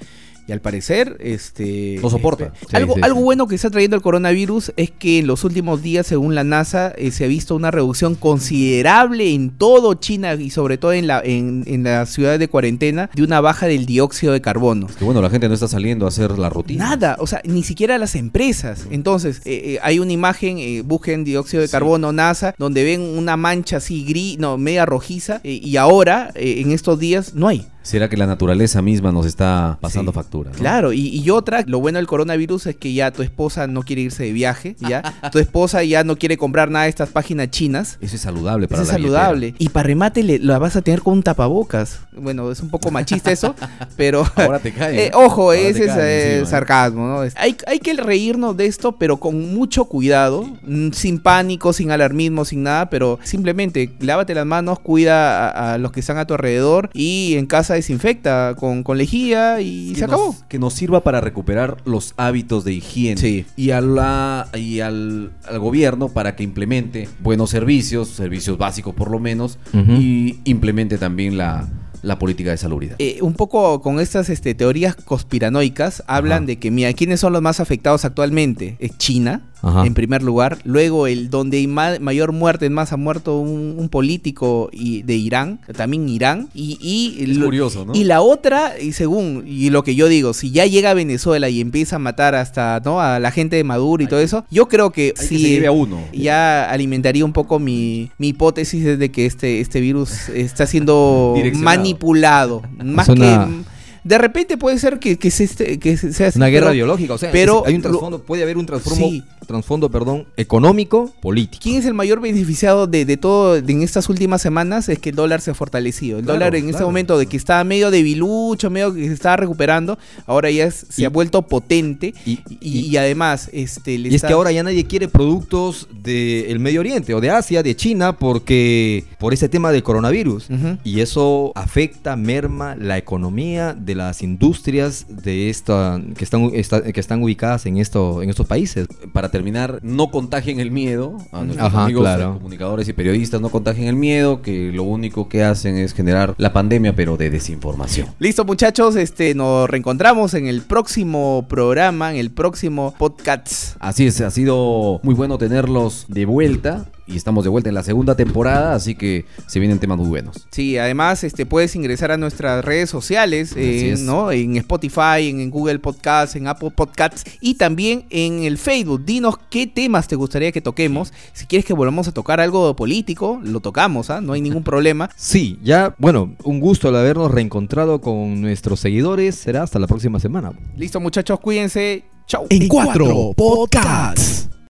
C: Y al parecer, este...
B: No soporta.
C: espe-
D: Sí,
C: algo
D: sí,
C: algo
D: sí.
C: bueno que está trayendo el coronavirus es que en los últimos días, según la NASA, eh, se ha visto una reducción considerable en todo China y sobre todo en la, en, en la ciudad de cuarentena de una baja del dióxido de carbono.
B: que bueno, la gente no está saliendo a hacer la rutina.
C: Nada, o sea, ni siquiera las empresas. Entonces, eh, eh, hay una imagen, eh, busquen dióxido de
B: Sí.
C: carbono, NASA, donde ven una mancha así gris, no, media rojiza, eh, y ahora, eh, en estos días, no hay.
B: ¿Será que la naturaleza misma nos está pasando
C: Sí.
B: factura? no?
C: Claro, y, y otra, lo bueno del coronavirus es que ya tu esposa no quiere irse de viaje,
B: [laughs]
C: ya. tu esposa ya no quiere comprar nada de estas páginas chinas.
B: Eso es saludable para
C: Eso es
B: la billetera.
C: saludable. Y para remate, le- la vas a tener con un tapabocas. Bueno, es un poco machista
B: [laughs]
C: eso, pero...
B: Ahora te
C: [laughs]
B: cae.
C: Eh, ojo,
B: Ahora te
C: ese es
B: caen
C: eh,
B: encima, ¿eh?
C: sarcasmo, ¿no? Es- Hay, hay que reírnos de esto, pero con mucho cuidado, mm, sin pánico, sin alarmismo, sin nada, pero simplemente lávate las manos, cuida a, a los que están a tu alrededor y en casa desinfecta con, con lejía y
B: Que
C: se
B: nos-
C: acabó.
B: que nos sirva para recuperar los hábitos de higiene.
C: Sí.
B: Y, a la- y al, al gobierno para que implemente buenos servicios, servicios básicos por lo menos,
D: Ujú.
B: y implemente también la, la política de salubridad.
C: Eh, un poco con estas este, teorías conspiranoicas hablan
D: Ajá.
C: de que, mira, ¿quiénes son los más afectados actualmente? Es China,
D: Ajá.
C: en primer lugar. Luego, el donde hay ma- mayor muerte en masa ha muerto un, un político y, de Irán, también Irán. Y, y
B: es
C: lo-
B: curioso, ¿no?
C: Y la otra, y según, y lo que yo digo, si ya llega a Venezuela y empieza a matar hasta, ¿no? A la gente de Maduro y todo eso, yo creo que
B: Hay
C: sí.
B: que se lleve a uno.
C: Ya alimentaría un poco mi, mi hipótesis de que este, este virus está siendo
B: Direccionado.
C: manipulado. Más
D: Es una-
C: que. De repente puede ser que, que, se esté- que se- sea así,
D: Una guerra
C: pero
D: biológica, o sea,
C: pero
D: es- hay un
C: lo-
D: trasfondo, puede haber un trasfondo,
C: Sí.
D: trasfondo, perdón, económico, político.
C: ¿Quién es el mayor beneficiado de, de todo de- en estas últimas semanas? Es que el dólar se ha fortalecido. El
B: Claro,
C: dólar en este
B: claro.
C: momento de que estaba medio debilucho, medio que se estaba recuperando, ahora ya es- se
D: Y-
C: ha vuelto potente.
D: Y,
C: Y,
D: y-
C: y además, este, le
D: y es
C: está-
D: que ahora ya nadie quiere productos del Medio Oriente o de Asia, de China, porque por ese tema del coronavirus.
C: Ujú.
D: Y eso afecta, merma la economía de las industrias de esta, que, están, esta- que están ubicadas en, esto, en estos países.
B: para terminar, no contagien el miedo a nuestros
D: Ajá,
B: amigos
D: claro.
B: eh, comunicadores y periodistas, no contagien el miedo, que lo único que hacen es generar la pandemia, pero de desinformación.
C: Listo, muchachos, este, nos reencontramos en el próximo programa, en el próximo podcast.
B: Así es, ha sido muy bueno tenerlos de vuelta y estamos de vuelta en la segunda temporada, así que se vienen temas muy buenos.
C: Sí, además este, puedes ingresar a nuestras redes sociales,
B: Así
C: eh,
B: es.
C: ¿no? En Spotify, en, en Google Podcasts, en Apple Podcasts y también en el Facebook. Dinos qué temas te gustaría que toquemos. Si quieres que volvamos a tocar algo político, lo tocamos, ¿ah? No hay
B: [laughs]
C: ningún problema.
D: Sí, ya, bueno, un gusto el habernos reencontrado con nuestros seguidores. Será hasta la próxima semana.
C: Listo, muchachos, cuídense. Chau.
A: En cuatro podcasts.